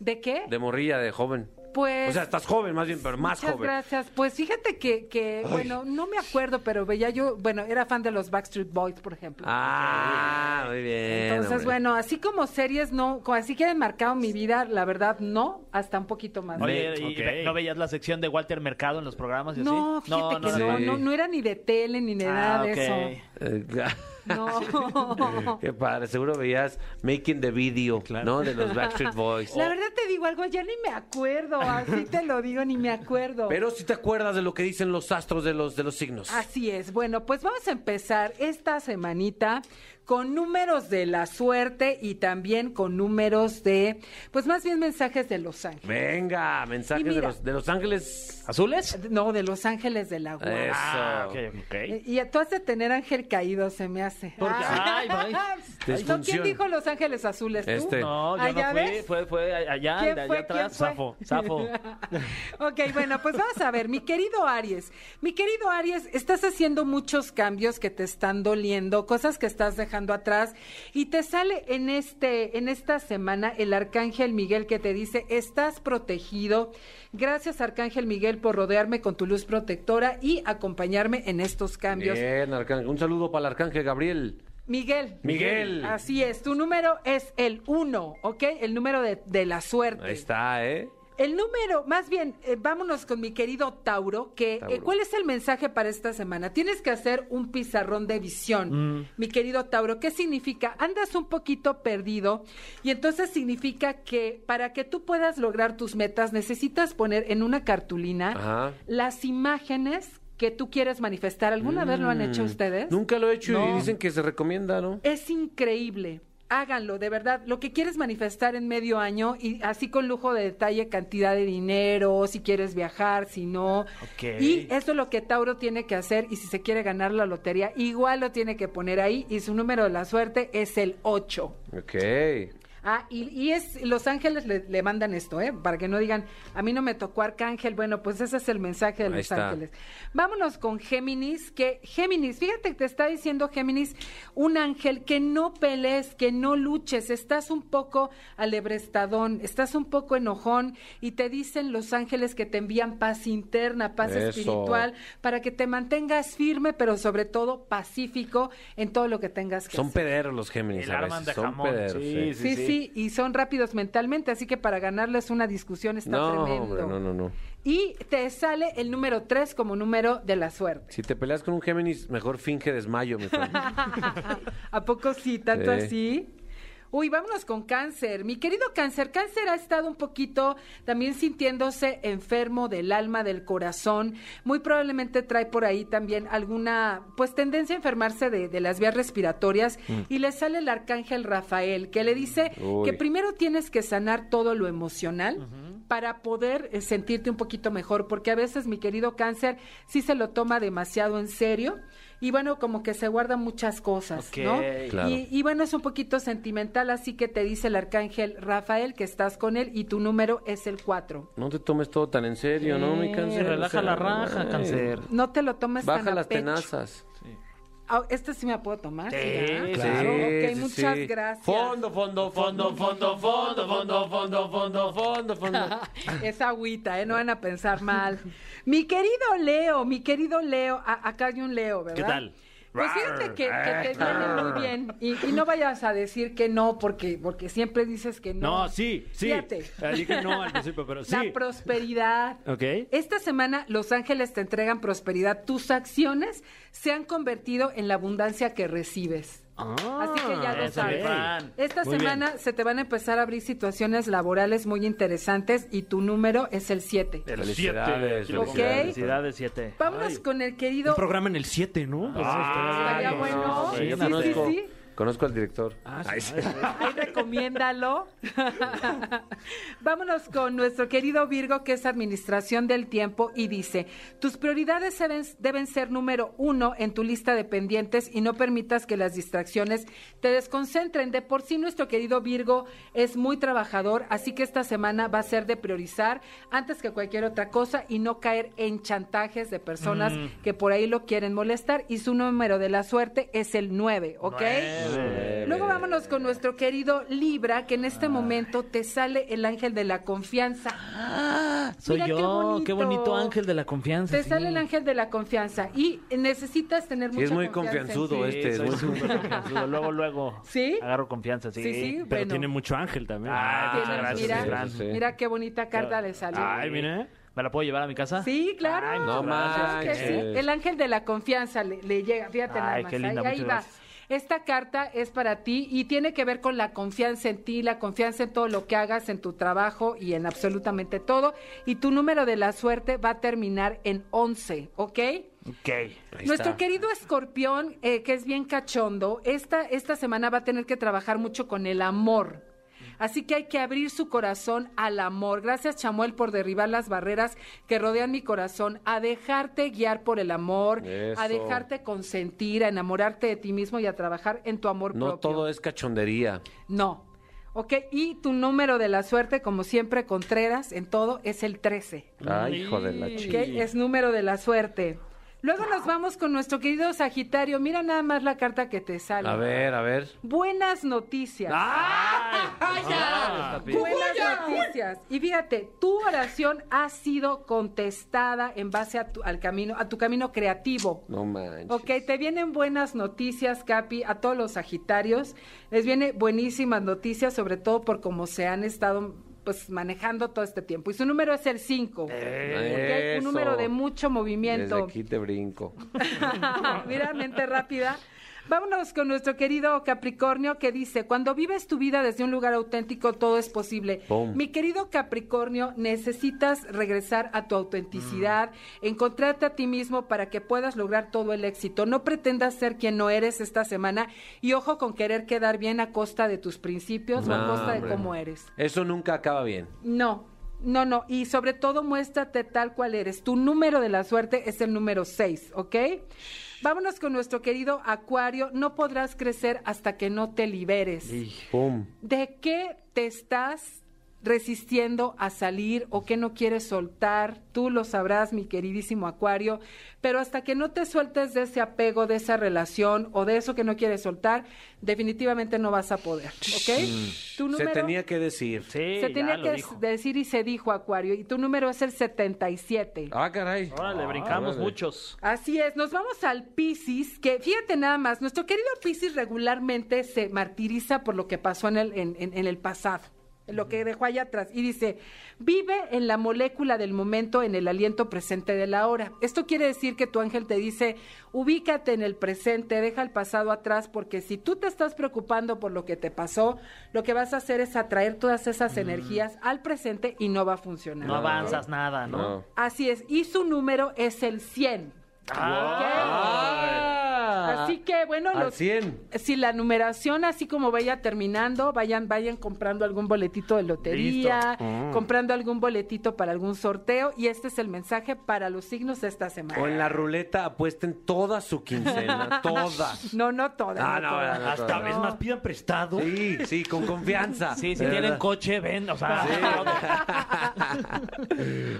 ¿De qué? De morrilla, de joven. Pues. O sea, estás joven, más bien, pero más Muchas joven. gracias. Pues fíjate que, que bueno, no me acuerdo, pero veía yo, bueno, era fan de los Backstreet Boys, por ejemplo. Ah, muy bien. Entonces, hombre. bueno, así como series, no, como así que han marcado mi vida, la verdad, no, hasta un poquito más. Oye, ¿y Ok. ve- ¿no veías la sección de Walter Mercado en los programas y así? no, fíjate no. que no, no, Sí. Eh, no era ni de tele ni de Ah, nada de ok. eso. No. [laughs] Qué padre, seguro veías Making the Video, ¿no? De [laughs] los Backstreet Boys. La verdad te digo algo, ya ni me acuerdo, así te lo digo, ni me [laughs] acuerdo. Pero si te acuerdas de lo que dicen los astros de los, de los signos. Así es. Bueno, pues vamos a empezar esta semanita con números de la suerte y también con números de, pues más bien mensajes de Los Ángeles. Venga, mensajes Y mira. de los, de los Ángeles. ¿Azules? Eh, No, de Los Ángeles de la Eso. Guardia. Ah, ok, ok. Y tú has de tener ángel caído, se me hace. Ah. ¿Por qué? Ay, ay. [laughs] ¿No? ¿Quién Disfunción. dijo Los Ángeles Azules? ¿Tú? Este. No, yo Ah, no ¿ya fui, ves? fue, fue allá, ¿Quién de allá fue? atrás. ¿Quién Safo, fue? [laughs] Safo. Ok, bueno, pues vamos a ver, mi querido Aries. Mi querido Aries, estás haciendo muchos cambios que te están doliendo, cosas que estás dejando atrás y te sale en este en esta semana el arcángel Miguel que te dice, "Estás protegido. Gracias arcángel Miguel por rodearme con tu luz protectora y acompañarme en estos cambios." Bien, arcángel. Un saludo para el Arcángel Gabriel. Miguel. Miguel. Así es, tu número es el uno, ¿ok? El número de, de la suerte. Ahí está, ¿eh? El número, más bien, eh, vámonos con mi querido Tauro, que eh, Tauro. ¿cuál es el mensaje para esta semana? Tienes que hacer un pizarrón de visión. Mi querido Tauro, ¿qué significa? Andas un poquito perdido y entonces significa que para que tú puedas lograr tus metas necesitas poner en una cartulina Ajá. las imágenes que tú quieres manifestar. ¿Alguna vez lo han hecho Mm. ustedes? Nunca lo he hecho y No. dicen que se recomienda, ¿no? Es increíble. Ah, Háganlo, de verdad. Lo que quieres manifestar en medio año y así con lujo de detalle, cantidad de dinero, si quieres viajar, si no. Ok. Y eso es lo que Tauro tiene que hacer y si se quiere ganar la lotería, igual lo tiene que poner ahí y su número de la suerte es el 8. Ok. Ah, y, y es Los Ángeles le, le mandan esto, ¿eh? Para que no digan, a mí no me tocó Arcángel. Bueno, pues ese es el mensaje de Ahí Los está. Ángeles. Vámonos con Géminis, que Géminis, fíjate que te está diciendo Géminis, un ángel que no pelees, que no luches, estás un poco alebrestadón, estás un poco enojón y te dicen Los Ángeles que te envían paz interna, paz Eso. espiritual, para que te mantengas firme, pero sobre todo pacífico en todo lo que tengas que Son hacer. pederos los Géminis. El a arman veces, de Son jamón. pederos. Sí, sí. Sí, sí, y son rápidos mentalmente, así que para ganarles una discusión está No, tremendo. hombre, no, no, no. Y te sale el número 3 como número de la suerte. Si te peleas con un Géminis, mejor finge desmayo, mi friend. [laughs] ¿A poco sí, tanto Sí. así? Uy, vámonos con cáncer. Mi querido cáncer, cáncer ha estado un poquito también sintiéndose enfermo del alma, del corazón. Muy probablemente trae por ahí también alguna, pues tendencia a enfermarse de, de las vías respiratorias. Y le sale el arcángel Rafael, que le dice Uy. que primero tienes que sanar todo lo emocional. Para poder eh, sentirte un poquito mejor, porque a veces mi querido cáncer sí se lo toma demasiado en serio y bueno, como que se guardan muchas cosas, Ok. ¿no? Claro. Y, y bueno, es un poquito sentimental, así que te dice el arcángel Rafael que estás con él y tu número es el 4. No te tomes todo tan en serio, ¿no, mi cáncer? Relaja O sea, la raja, ay. cáncer. No te lo tomes Baja tan a las pecho. tenazas. Ah, este sí me la puedo tomar. Sí, ¿verdad? Sí, Claro. Ok, sí, muchas sí. gracias. Fondo, fondo, fondo, fondo, fondo, fondo, fondo, fondo, fondo, fondo. Es agüita, ¿eh? No van a pensar mal. mi querido Leo, mi querido Leo, a- acá hay un Leo, ¿verdad? ¿Qué tal? Pues fíjate que, que te Ah. viene muy bien y, y no vayas a decir que no porque porque siempre dices que no. No, sí, sí. Fíjate. Ah, Dije no al principio, pero sí. La prosperidad. Ok. Esta semana Los Ángeles te entregan prosperidad. Tus acciones se han convertido en la abundancia que recibes. Así que ya eso, lo mi sabes. Fran. Esta Ah, Muy semana se te van a empezar a abrir situaciones laborales muy interesantes y tu número es el 7. Felicidades. Ok. felicidades. Felicidades, siete. Vámonos Ay. con el Un querido... programa en el 7, ¿no? Pues Estaría no, bueno. sí, Sí, yo sí, conozco, sí. conozco al director. Ay, Ah, sí. Ahí recomiéndalo. Vámonos con nuestro querido Virgo, que es Administración del Tiempo, y dice, tus prioridades deben, deben ser número uno en tu lista de pendientes y no permitas que las distracciones te desconcentren. De por sí, nuestro querido Virgo es muy trabajador, así que esta semana va a ser de priorizar antes que cualquier otra cosa y no caer en chantajes de personas que por ahí lo quieren molestar. Y su número de la suerte es el 9, ¿ok? Luego vámonos con nuestro querido Libra, que en este momento te sale el ángel de la confianza. Ah, Soy Mira, qué yo, qué bonito. ángel de la confianza. Te sí. sale el ángel de la confianza y necesitas tener Sí, mucha es muy confianza en confianzudo, ti. ¿eh? Este, Sí, soy bueno. súper confianzudo. Luego, luego. ¿Sí? Agarro confianza, sí. Sí, sí, Pero bueno. tiene mucho ángel también. Ah, Tienes- muchas gracias, mira, Fran. Sí. mira qué bonita carta le salió. Ay, mira. ¿Me la puedo llevar a mi casa? Sí, claro. Ay, no Claro que manches. sí. El ángel de la confianza le, le llega. Fíjate nada Ay, más. qué linda, ahí ahí muchas va. gracias. Esta carta es para ti y tiene que ver con la confianza en ti, la confianza en todo lo que hagas, en tu trabajo y en absolutamente todo. Y tu número de la suerte va a terminar en 11, ¿ok? Ok. ahí Nuestro está. querido escorpión, eh, que es bien cachondo, esta, esta semana va a tener que trabajar mucho con el amor. Así que hay que abrir su corazón al amor. Gracias, Chamuel, por derribar las barreras que rodean mi corazón, a dejarte guiar por el amor, Eso. a dejarte consentir, a enamorarte de ti mismo y a trabajar en tu amor No propio. todo es cachondería. No. Ok, y tu número de la suerte, como siempre, Contreras, en todo, es el 13. Ay, hijo de la Ok, chica. es número de la suerte. Luego nos vamos con nuestro querido Sagitario. Mira nada más la carta que te sale. A ver, a ver. Buenas noticias. [laughs] Ah, Buenas noticias. Y fíjate, tu oración ha sido contestada en base a tu, al camino, a tu camino creativo. No manches. Ok, te vienen buenas noticias, Capi, a todos los Sagitarios. Les viene buenísimas noticias, sobre todo por cómo se han estado pues manejando todo este tiempo. Y su número es el 5. un Eso. número de mucho movimiento. Desde aquí te brinco. [laughs] Mira, mente rápida. Vámonos con nuestro querido Capricornio que dice, cuando vives tu vida desde un lugar auténtico, todo es posible. Boom. Mi querido Capricornio, necesitas regresar a tu autenticidad, encontrarte a ti mismo para que puedas lograr todo el éxito. No pretendas ser quien no eres esta semana y ojo con querer quedar bien a costa de tus principios o a No, costa hombre. de cómo eres. Eso nunca acaba bien. No, no, no. Y sobre todo muéstrate tal cual eres. Tu número de la suerte es el número 6, ¿ok? Vámonos con nuestro querido Acuario. No podrás crecer hasta que no te liberes. Pum. ¿De qué te estás resistiendo a salir o qué no quieres soltar? Tú lo sabrás, mi queridísimo Acuario, pero hasta que no te sueltes de ese apego, de esa relación o de eso que no quieres soltar, definitivamente no vas a poder, ¿ok? Tu Se número- tenía que decir. sí, se ya tenía lo que dijo. decir y se dijo, Acuario. Y tu número es el 77. Ah, caray. Ahora le brincamos Órale. muchos. Así es, nos vamos al Piscis, que fíjate nada más, nuestro querido Piscis regularmente se martiriza por lo que pasó en el, en, en- en el pasado, en lo que dejó allá atrás, y dice, vive en la molécula del momento, en el aliento presente de la hora. Esto quiere decir que tu ángel te dice, ubícate en el presente, deja el pasado atrás, porque si tú te estás preocupando por lo que te pasó, lo que vas a hacer es atraer todas esas energías al presente y no va a funcionar. No avanzas nada, ¿no? No. Así es, y su número es el 100. Ah. Así que bueno, Al los- 100. si la numeración así como vaya terminando, vayan vayan comprando algún boletito de lotería, comprando algún boletito para algún sorteo y este es el mensaje para los signos de esta O semana. en la ruleta apuesten toda su [laughs] quincena. toda. No, no todas. Ah, no no, todas. no, no, Hasta, no. es más, pidan prestado. Sí, sí, con confianza. Sí, si De tienen verdad. coche, ven. O sea,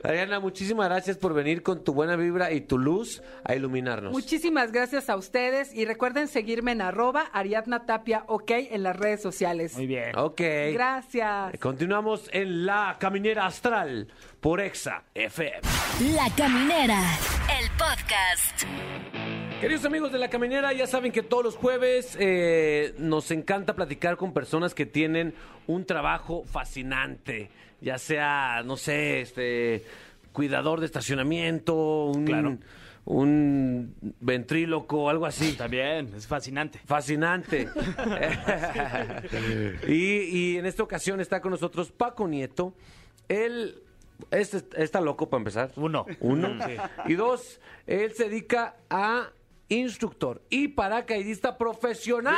Ariana, muchísimas gracias por venir con tu buena vibra y tu luz a iluminarnos. Muchísimas gracias a ustedes y recuerden seguirme en arroba Ariadna Tapia OK en las redes sociales. muy bien. Ok. Gracias. Continuamos en La Caminera Astral por Exa FM. La Caminera, el podcast. Queridos amigos de La Caminera, ya saben que todos los jueves eh, nos encanta platicar con personas que tienen un trabajo fascinante, ya sea, no sé, este cuidador de estacionamiento, un, Claro. un ventríloco, algo así. [laughs] Está bien, es fascinante. Fascinante. [laughs] y, y en esta ocasión está con nosotros Paco Nieto. Él es- está loco para empezar. Uno. Uno. Y dos, él se dedica a instructor y paracaidista profesional.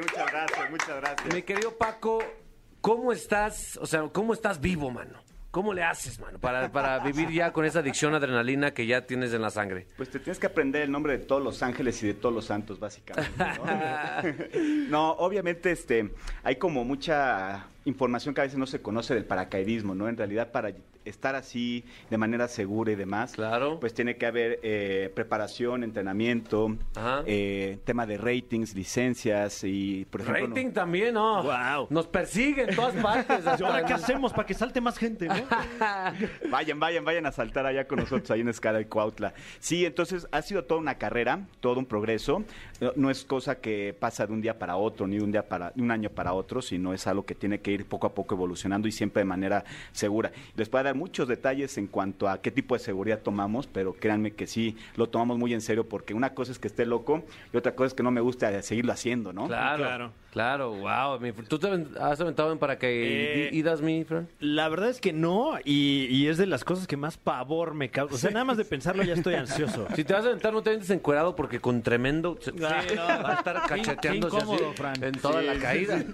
Muchas gracias, muchas gracias. Mi querido Paco, ¿cómo estás? O sea, ¿cómo estás vivo, mano? ¿Cómo le haces, mano, para, para vivir ya con esa adicción a adrenalina que ya tienes en la sangre? Pues te tienes que aprender el nombre de todos los ángeles y de todos los santos, [laughs] básicamente. No, No, obviamente este, hay como mucha información que a veces no se conoce del paracaidismo, ¿no? En realidad, para estar así de manera segura y demás, Claro. pues tiene que haber eh, preparación, entrenamiento, Ajá. eh, tema de ratings, licencias y, por ejemplo... no- Rating también, ¿no? Guau. Nos persigue en todas partes. ¿Y ahora hasta qué en- hacemos para que salte más gente, no? Vayan, vayan, vayan a saltar allá con nosotros, ahí en Escala de Cuautla. Sí, entonces ha sido toda una carrera, todo un progreso. No, no es cosa que pasa de un día para otro, ni de un día para, de un año para otro, sino es algo que tiene que ir poco a poco evolucionando y siempre de manera segura. Les puedo dar muchos detalles en cuanto a qué tipo de seguridad tomamos, pero créanme que sí, lo tomamos muy en serio, porque una cosa es que esté loco y otra cosa es que no me gusta seguirlo haciendo, ¿no? Claro, claro, Claro. wow. mi- ¿Tú te aven- has aventado en Eh, paracaídas, mi Fran? La verdad es que no, y, y es de las cosas que más pavor me causa. O sea, nada más de pensarlo ya estoy ansioso. Si te vas a aventar, no te avientes encuerado porque con tremendo se- no. [laughs] va a estar Qué- cacheteándose qué incómodo, así Fran. en toda Sí, la sí, caída. Eh,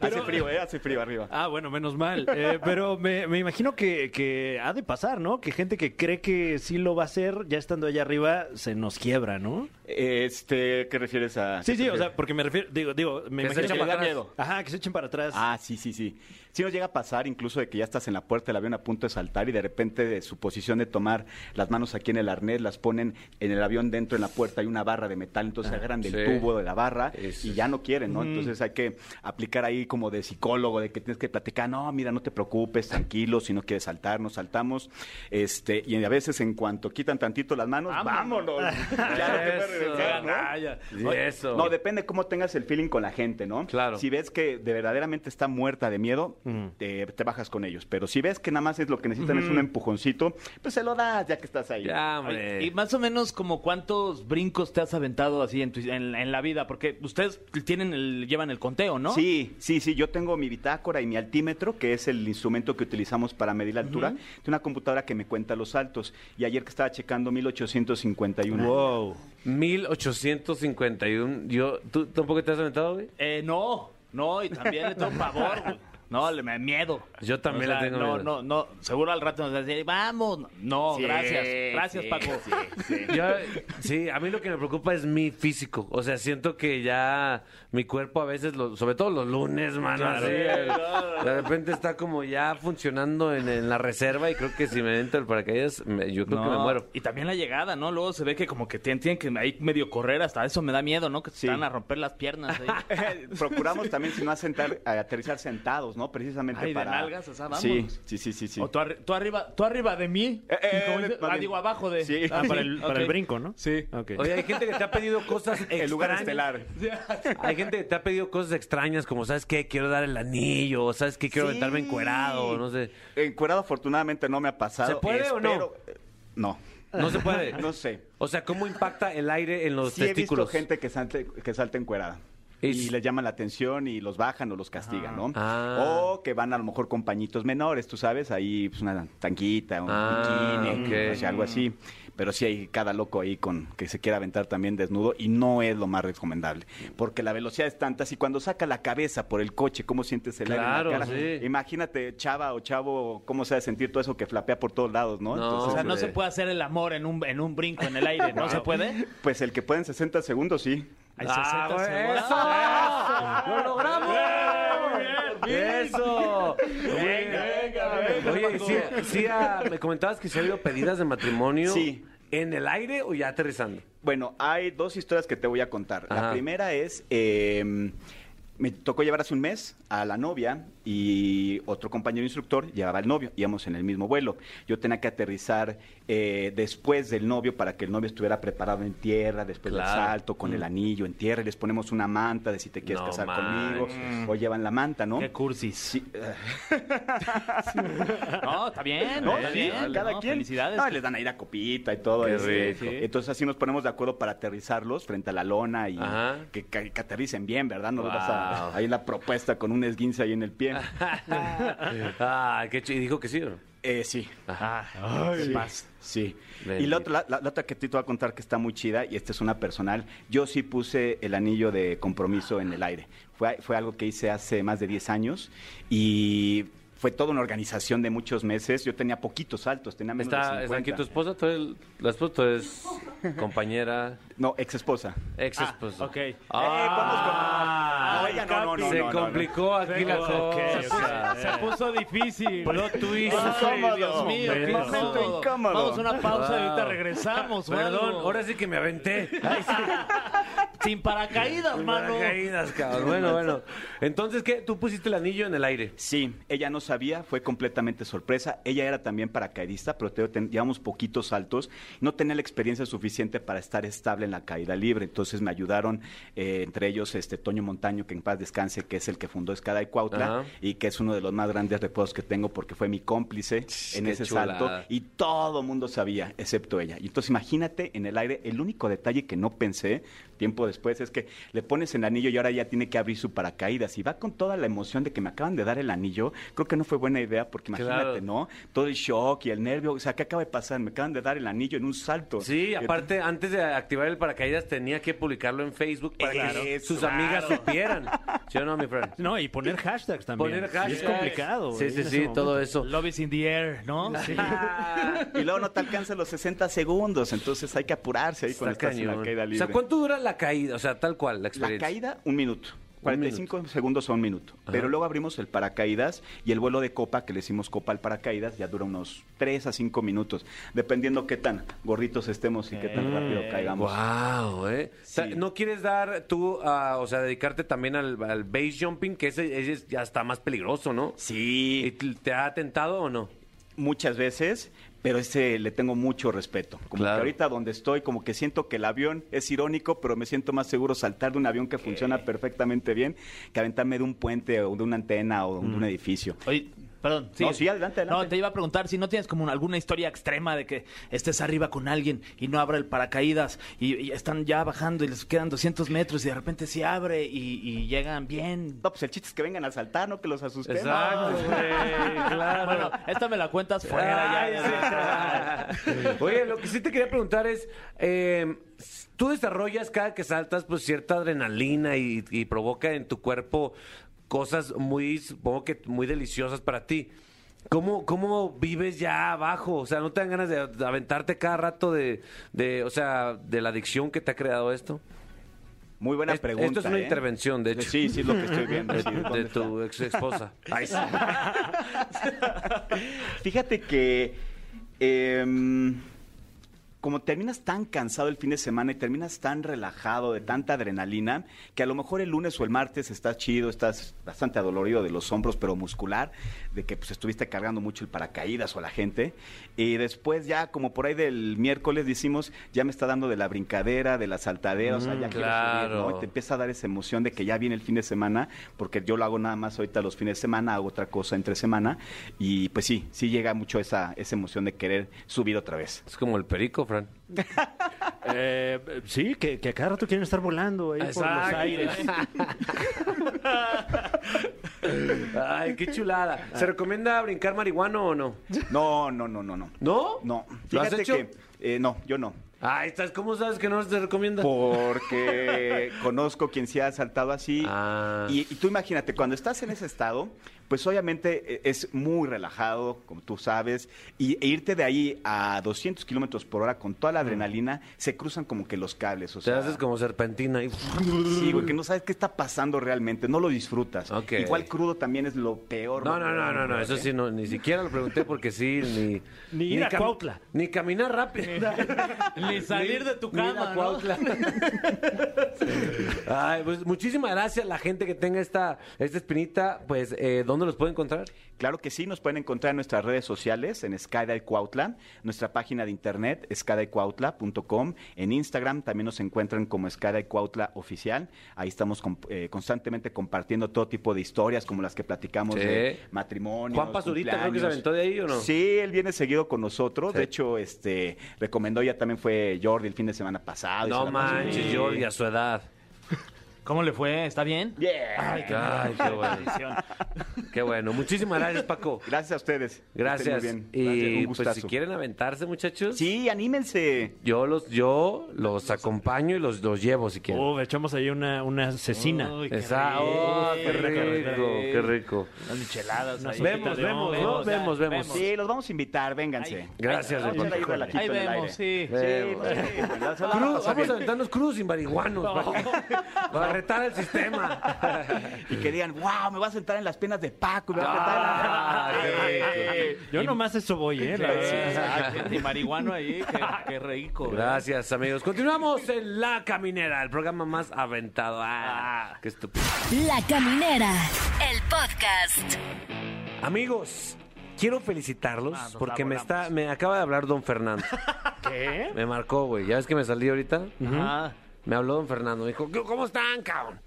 Hace frío, ¿eh? Hace frío arriba. [laughs] Ah, bueno, menos mal. Eh, pero me, me imagino que, que ha de pasar, ¿no? Que gente que cree que sí lo va a hacer, ya estando allá arriba, se nos quiebra, ¿no? Este, ¿qué refieres a...? Sí, sí, o sea, porque me refiero, digo, digo, me Que se imagino echa que para le da atrás. miedo. Ajá, que se echen para atrás. Ah, sí, sí, sí. Sí nos llega a pasar incluso de que ya estás en la puerta del avión a punto de saltar y de repente de su posición de tomar las manos aquí en el arnés las ponen en el avión dentro en la puerta hay una barra de metal, entonces agarran del sí. tubo de la barra Eso y es. ya no quieren, ¿no? Entonces hay que aplicar ahí como de psicólogo, de que tienes que platicar, no, mira, no te preocupes, tranquilo, si no quieres saltar, nos saltamos. Este, y a veces en cuanto quitan tantito las manos, [laughs] vámonos. Ya no te puedes Eso. regresar, ¿no? Ah, ya. Sí. Oye, eso. No, depende cómo tengas el feeling con la gente, ¿no? Claro. Si ves que de verdaderamente está muerta de miedo, te, te bajas con ellos. Pero si ves que nada más es lo que necesitan es un empujoncito, pues se lo das ya que estás ahí. Ya, Oye, hombre. Y más o menos como cuántos brincos te has aventado así en, tu- en- en la vida, porque ustedes tienen el, llevan el conteo, ¿no? Sí, sí, sí. Yo tengo mi bitácora y mi altímetro, que es el instrumento que utilizamos para medir la altura. Tengo una computadora que me cuenta los saltos. Y ayer que estaba checando 1851. Wow. 1851. Yo, ¿Tú tampoco te has aventado, güey? Eh, no, no, y también le tengo pavor, güey. No, le me da miedo. Yo también le tengo no, miedo. No, no, seguro al rato nos va a decir, vamos. No, Sí, gracias, gracias, sí, Paco. Yo, sí, a mí lo que me preocupa es mi físico. O sea, siento que ya mi cuerpo a veces, lo- sobre todo los lunes, mano, así, el- de repente está como ya funcionando en, en la reserva y creo que si me entro el paracaídas, me- yo creo que me No, muero. Y también la llegada, ¿no? Luego se ve que como que tienen, tienen que ahí medio correr, hasta eso me da miedo, ¿no? Que se Sí. Eh, van a romper las [laughs] piernas ahí. Procuramos también, si no, asentar- a aterrizar sentados, ¿no? Precisamente Ay, de para. nalgas, o sea, sí, vámonos. sí, sí, sí. sí. O tú, arri- tú arriba, tú arriba de mí. Eh, eh, Como dice- más ah, bien. digo, abajo de. Sí. Ah, para, el, sí, para el ok. brinco, ¿no? Sí. Ok. Oye, hay gente que te ha [laughs] pedido cosas extrañas. El lugar estelar. [laughs] Hay gente que te ha pedido cosas extrañas como, ¿sabes qué? Quiero dar el anillo, o ¿sabes qué? Quiero Sí. aventarme encuerado, no sé. Encuerado afortunadamente no me ha pasado. ¿Se puede o no? eh, No. No se puede. [laughs] No sé. O sea, ¿cómo impacta el aire en los Sí he visto testículos? gente que salte, que salta encuerada. Y- Y les llama la atención y los bajan o los castigan, ¿no? Ah. O que van a lo mejor con pañitos menores, tú sabes, ahí pues una tanquita, un Ah, bikini, ok. o sea, algo así. Pero sí hay cada loco ahí con que se quiera aventar también desnudo y no es lo más recomendable. Porque la velocidad es tanta, si cuando saca la cabeza por el coche, ¿cómo sientes este el Claro, aire en la cara? sí. Imagínate, chava o chavo, cómo se ha de sentir todo eso que flapea por todos lados, ¿no? No, pues, eh, O sea, no Hombre. se puede hacer el amor en un, en un brinco en el aire, ¿no se puede? Pues el que puede en 60 segundos, sí. Hay Ah, 60 güey, segundos. eso, Ah, eso. ¡Lo logramos! ¡Eso! Venga, venga, venga, Oye, y Paco. sí, sí, ah, me comentabas que se ha habido pedidas de matrimonio Sí. en el aire o ya aterrizando. Bueno, hay dos historias que te voy a contar. Ajá. La primera es, eh, me tocó llevar hace un mes a la novia y otro compañero instructor llevaba al novio, íbamos en el mismo vuelo. Yo tenía que aterrizar eh, después del novio para que el novio estuviera preparado en tierra, después del Claro. salto, con Mm. el anillo en tierra, y les ponemos una manta de si te quieres No casar manches. conmigo, o llevan la manta, ¿no? Mm. Qué cursis. Sí, eh, [laughs] No, está bien. No, está sí, bien, cada ¿no? quien. Felicidades. No, les dan a ir a copita y todo Qué eso. rico. Sí. Entonces así nos ponemos de acuerdo para aterrizarlos frente a la lona y Ajá. que, que- que aterricen bien, ¿verdad? No Wow. ah, vas a ahí la propuesta con un esguince ahí en el pie. [laughs] Ah, qué chido. Y dijo que sí. ¿o no? eh, sí. Ajá. Sí, Paz. Sí. Bendito. Y la otra, la, la otra que te voy a contar que está muy chida, y esta es una personal, yo sí puse el anillo de compromiso en el aire. Fue, fue algo que hice hace más de 10 años y Fue toda una organización de muchos meses. Yo tenía poquitos saltos, tenía menos Está, de está 50. aquí tu esposa, tú eres, la esposa, tú eres compañera, No, ex esposa. ex esposa. Ok. Eh, Ah, no, ella no, no, no, se no, no, no. complicó aquí la cosa. Se puso difícil. Plot twist. Incómodo. eh. Pues, Dios mío, qué Momento incómodo. incómodo. Vamos a una pausa y ahorita Wow. regresamos. o Perdón, algo. ahora sí que me aventé. Sin paracaídas, mano. Paracaídas, [laughs] cabrón. Bueno, bueno. Entonces, ¿qué? Tú pusiste el anillo en el aire. Sí, ella no sabía, fue completamente sorpresa. Ella era también paracaidista, pero te- ten- llevamos poquitos saltos. No tenía la experiencia suficiente para estar estable en la caída libre. Entonces me ayudaron, eh, entre ellos, este Toño Montaño, que en paz descanse, que es el que fundó Escada y Cuautla, Ajá. y que es uno de los más grandes recuerdos que tengo porque fue mi cómplice en qué ese chulada. salto. Y todo mundo sabía, excepto ella. Y entonces imagínate en el aire, el único detalle que no pensé tiempo después es que le pones el anillo y ahora ya tiene que abrir su paracaídas. Y va con toda la emoción de que me acaban de dar el anillo. Creo que no fue buena idea porque imagínate, Claro. ¿no? Todo el shock y el nervio. O sea, ¿qué acaba de pasar? Me acaban de dar el anillo en un salto. Sí, Y aparte, antes de activar el paracaídas tenía que publicarlo en Facebook para que Claro. sus amigas supieran. ¿Sí o no, mi friend? No, y poner hashtags también. Poner Sí, hashtags. Es complicado. Sí, güey, sí, en sí, ese todo momento. Ah. eso. Love is in the air, ¿no? Sí. [laughs] Y luego no te alcanza los 60 segundos. Entonces hay que apurarse ahí cuando Está estás en la cañón. caída libre. O sea, ¿cuánto dura la caída? O sea, tal cual, la La experiencia. caída, un minuto. 45 segundos a un minuto. Pero luego abrimos el paracaídas y el vuelo de copa, que le hicimos copa al paracaídas, ya dura unos 3 a 5 minutos, dependiendo qué tan gorritos estemos y qué tan rápido caigamos. Wow, ¿eh? O sea, Sí. ¿No quieres dar tú, ah, o sea, dedicarte también al, al base jumping, que ese, ese es- ya está más peligroso, ¿no? ¿Y Sí, t- ¿Te ha tentado o no? muchas veces, pero ese le tengo mucho respeto. Como Claro. que ahorita donde estoy, como que siento que el avión es irónico, pero me siento más seguro saltar de un avión que funciona perfectamente bien que aventarme de un puente o de una antena o de un edificio. Oye, perdón. No, sí, adelante, adelante. No, te iba a preguntar si no tienes como una- alguna historia extrema de que estés arriba con alguien y no abra el paracaídas y, y están ya bajando y les quedan 200 metros y de repente se abre y, y llegan bien. No, pues el chiste es que vengan a saltar, no que los asustemos. güey, claro. Ah, Bueno, esta me la cuentas fuera Ay, ya. sí. Oye, lo que sí te quería preguntar es, eh, tú desarrollas cada que saltas pues cierta adrenalina y, y provoca en tu cuerpo cosas muy, supongo que muy deliciosas para ti. ¿Cómo, ¿Cómo vives ya abajo? O sea, ¿no te dan ganas de aventarte cada rato de, de, o sea, de la adicción que te ha creado esto? Muy buena Es- pregunta. esto es una ¿eh? intervención, de hecho. Sí, sí, es lo que estoy viendo. De, sí, [laughs] ¿dónde de tu ex esposa. Ay, sí. está? Fíjate que. em, como terminas tan cansado el fin de semana y terminas tan relajado de tanta adrenalina, que a lo mejor el lunes o el martes estás chido, estás bastante adolorido de los hombros, pero muscular, de que pues estuviste cargando mucho el paracaídas o la gente. Y después ya, como por ahí del miércoles decimos, ya me está dando de la brincadera, de la saltadera, o sea, ya quiero subir, ¿no? claro. Y te empieza a dar esa emoción de que ya viene el fin de semana, porque yo lo hago nada más ahorita los fines de semana, hago otra cosa entre semana, y pues sí, sí llega mucho esa, esa emoción de querer subir otra vez. Es como el perico, Fran. Eh, sí, que, que a cada rato quieren estar volando ahí por los Exacto. aires. Ay, qué chulada. ¿Se recomienda brincar marihuano o no? No, no, no, no, no. ¿No? No. ¿Lo has Fíjate hecho? que eh, no, yo no. Ay, estás, ¿cómo sabes que no se recomienda? Porque conozco quien se ha saltado así. Ah. Y, y tú imagínate, cuando estás en ese estado, pues obviamente eh, es muy relajado, como tú sabes, y e irte de ahí a 200 kilómetros por hora con toda la adrenalina, se cruzan como que los cables. O Te sea, haces como serpentina y... Sí, güey, que no sabes qué está pasando realmente, no lo disfrutas. [laughs] Ok. Igual crudo también es lo peor. No, lo no, peor, no, no, no, peor, eso ¿eh? sí, no, ni siquiera lo pregunté porque sí, ni... [laughs] Ni ir a cami- Cuautla. Ni caminar rápido. [laughs] Ni salir de tu Ni ir a cama, ¿no? [laughs] Cuautla. Ay, pues muchísimas gracias a la gente que tenga esta, esta espinita. Pues, eh, ¿dónde los puede encontrar? Claro que sí, nos pueden encontrar en nuestras redes sociales, en Skydive Cuautla, nuestra página de [laughs] internet, skydivecuautla.com, en Instagram también nos encuentran como Skydive Cuautla Oficial, ahí estamos comp- eh, constantemente compartiendo todo tipo de historias como las que platicamos Sí. de matrimonio. Juan Pazurita creo que se aventó de ahí, ¿o no? Sí, él viene seguido con nosotros, Sí. de hecho, este, recomendó ya también fue Jordi el fin de semana pasado. y se Ah, No la pasó manches, bien. Jordi, a su edad. ¿Cómo le fue? ¿Está bien? Yeah. Ay, qué, Ay, qué bueno. bendición. Qué bueno. Muchísimas gracias, Paco. Gracias a ustedes. Gracias. Que estén muy bien. Y Un pues si gustazo. quieren aventarse, muchachos, Sí, anímense. yo los, yo los acompaño y los, los llevo si quieren. Oh, echamos ahí una, una asesina. Uy, qué Esa- oh, qué rico. rico, qué rico. Unas micheladas. ahí. Vemos, Poquita de vemos, humo, ¿no? Vemos, ya, vemos. Sí, los vamos a invitar, vénganse. Ay. Gracias, Vamos a Paco. dar ayuda a la Ahí Quito en el vemos, aire. sí. Eh, Sí, pues, la- la- Cruz, la- la- vamos a aventarnos cruz sin marihuanos para, para retar el sistema. [laughs] Y que digan, wow, me vas a sentar en las piernas de Paco. Me vas a Ah, sentar en la- qué rico. Yo nomás eso voy, ¿eh? La Sí, verdad. exacto. Y marihuano ahí, qué, qué rico. ¿verdad? Gracias, amigos. Continuamos en La Caminera, el programa más aventado. Ah, qué estúpido. La Caminera, el podcast. Amigos, quiero felicitarlos Ah, nos la porque me volamos. está me acaba de hablar Don Fernando. ¿Qué? Me marcó, güey. ¿Ya ves que me salí ahorita? Ajá. Me habló Don Fernando. Me dijo, "¿Qué- ¿cómo están, [laughs] cabrón?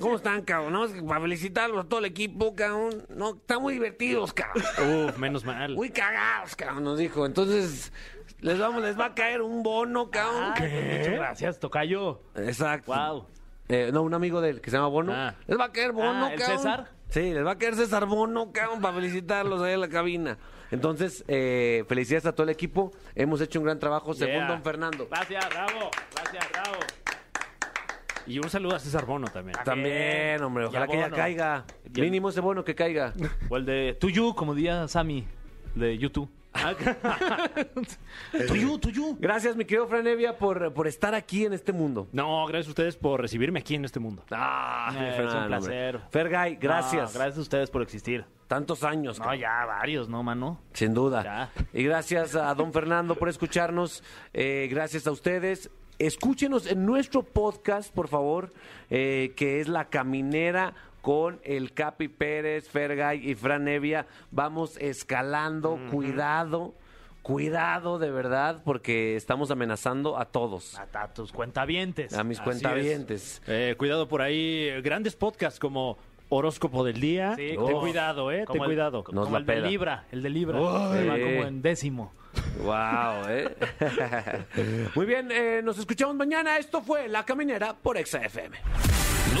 ¿Cómo están, cabrón? Nada más que para felicitarlos a todo el equipo, cabrón. No, están muy divertidos, [laughs] cabrón. Uf, menos mal. Muy cagados, cabrón, nos dijo. Entonces, les vamos, les va a caer un bono, cabrón. Ah, ¿Eh? Muchas gracias, Tocayo. Exacto. Wow. Eh, no, un amigo de él que se llama Bono. Ah. Les va a caer Bono, Ah, ¿el cabrón. César? Sí, les va a caer César Bono, cabrón, para felicitarlos ahí en la cabina. Entonces, eh, felicidades a todo el equipo. Hemos hecho un gran trabajo, según Yeah. Don Fernando. Gracias, bravo. Gracias, bravo. Y un saludo a César Bono también. También, Bien. hombre, Y ojalá a que ya Bono. caiga. Bien. Mínimo ese bono que caiga. O el de Tuyu, como diría Sammy, [laughs] de YouTube. tuyu, Tuyu. Gracias, mi querido Franevia, por, por estar aquí en este mundo. No, gracias a ustedes por recibirme aquí en este mundo. Ah, Eh, es un placer. Fergay, gracias. No, gracias a ustedes por existir. Tantos años. No, cabrón. ya varios, ¿no, mano? Sin duda. Ya. Y gracias a don Fernando por escucharnos. Eh, gracias a ustedes. Escúchenos en nuestro podcast, por favor, eh, que es La Caminera con el Capi Pérez, Fergay y Fran Evia. Vamos escalando, cuidado, cuidado de verdad, porque estamos amenazando a todos, A, a tus cuentavientes. a mis Así cuentavientes. es. Eh, cuidado por ahí, eh, grandes podcasts como Horóscopo del Día. Sí, Ten como- cuidado, eh, ten como el- cuidado. Oh. Nos como la el de pela. Libra, el de Libra. Uy. Se va Sí. como en décimo. Wow, ¿eh? [laughs] Muy bien, eh, nos escuchamos mañana. Esto fue La Caminera por ExaFM. No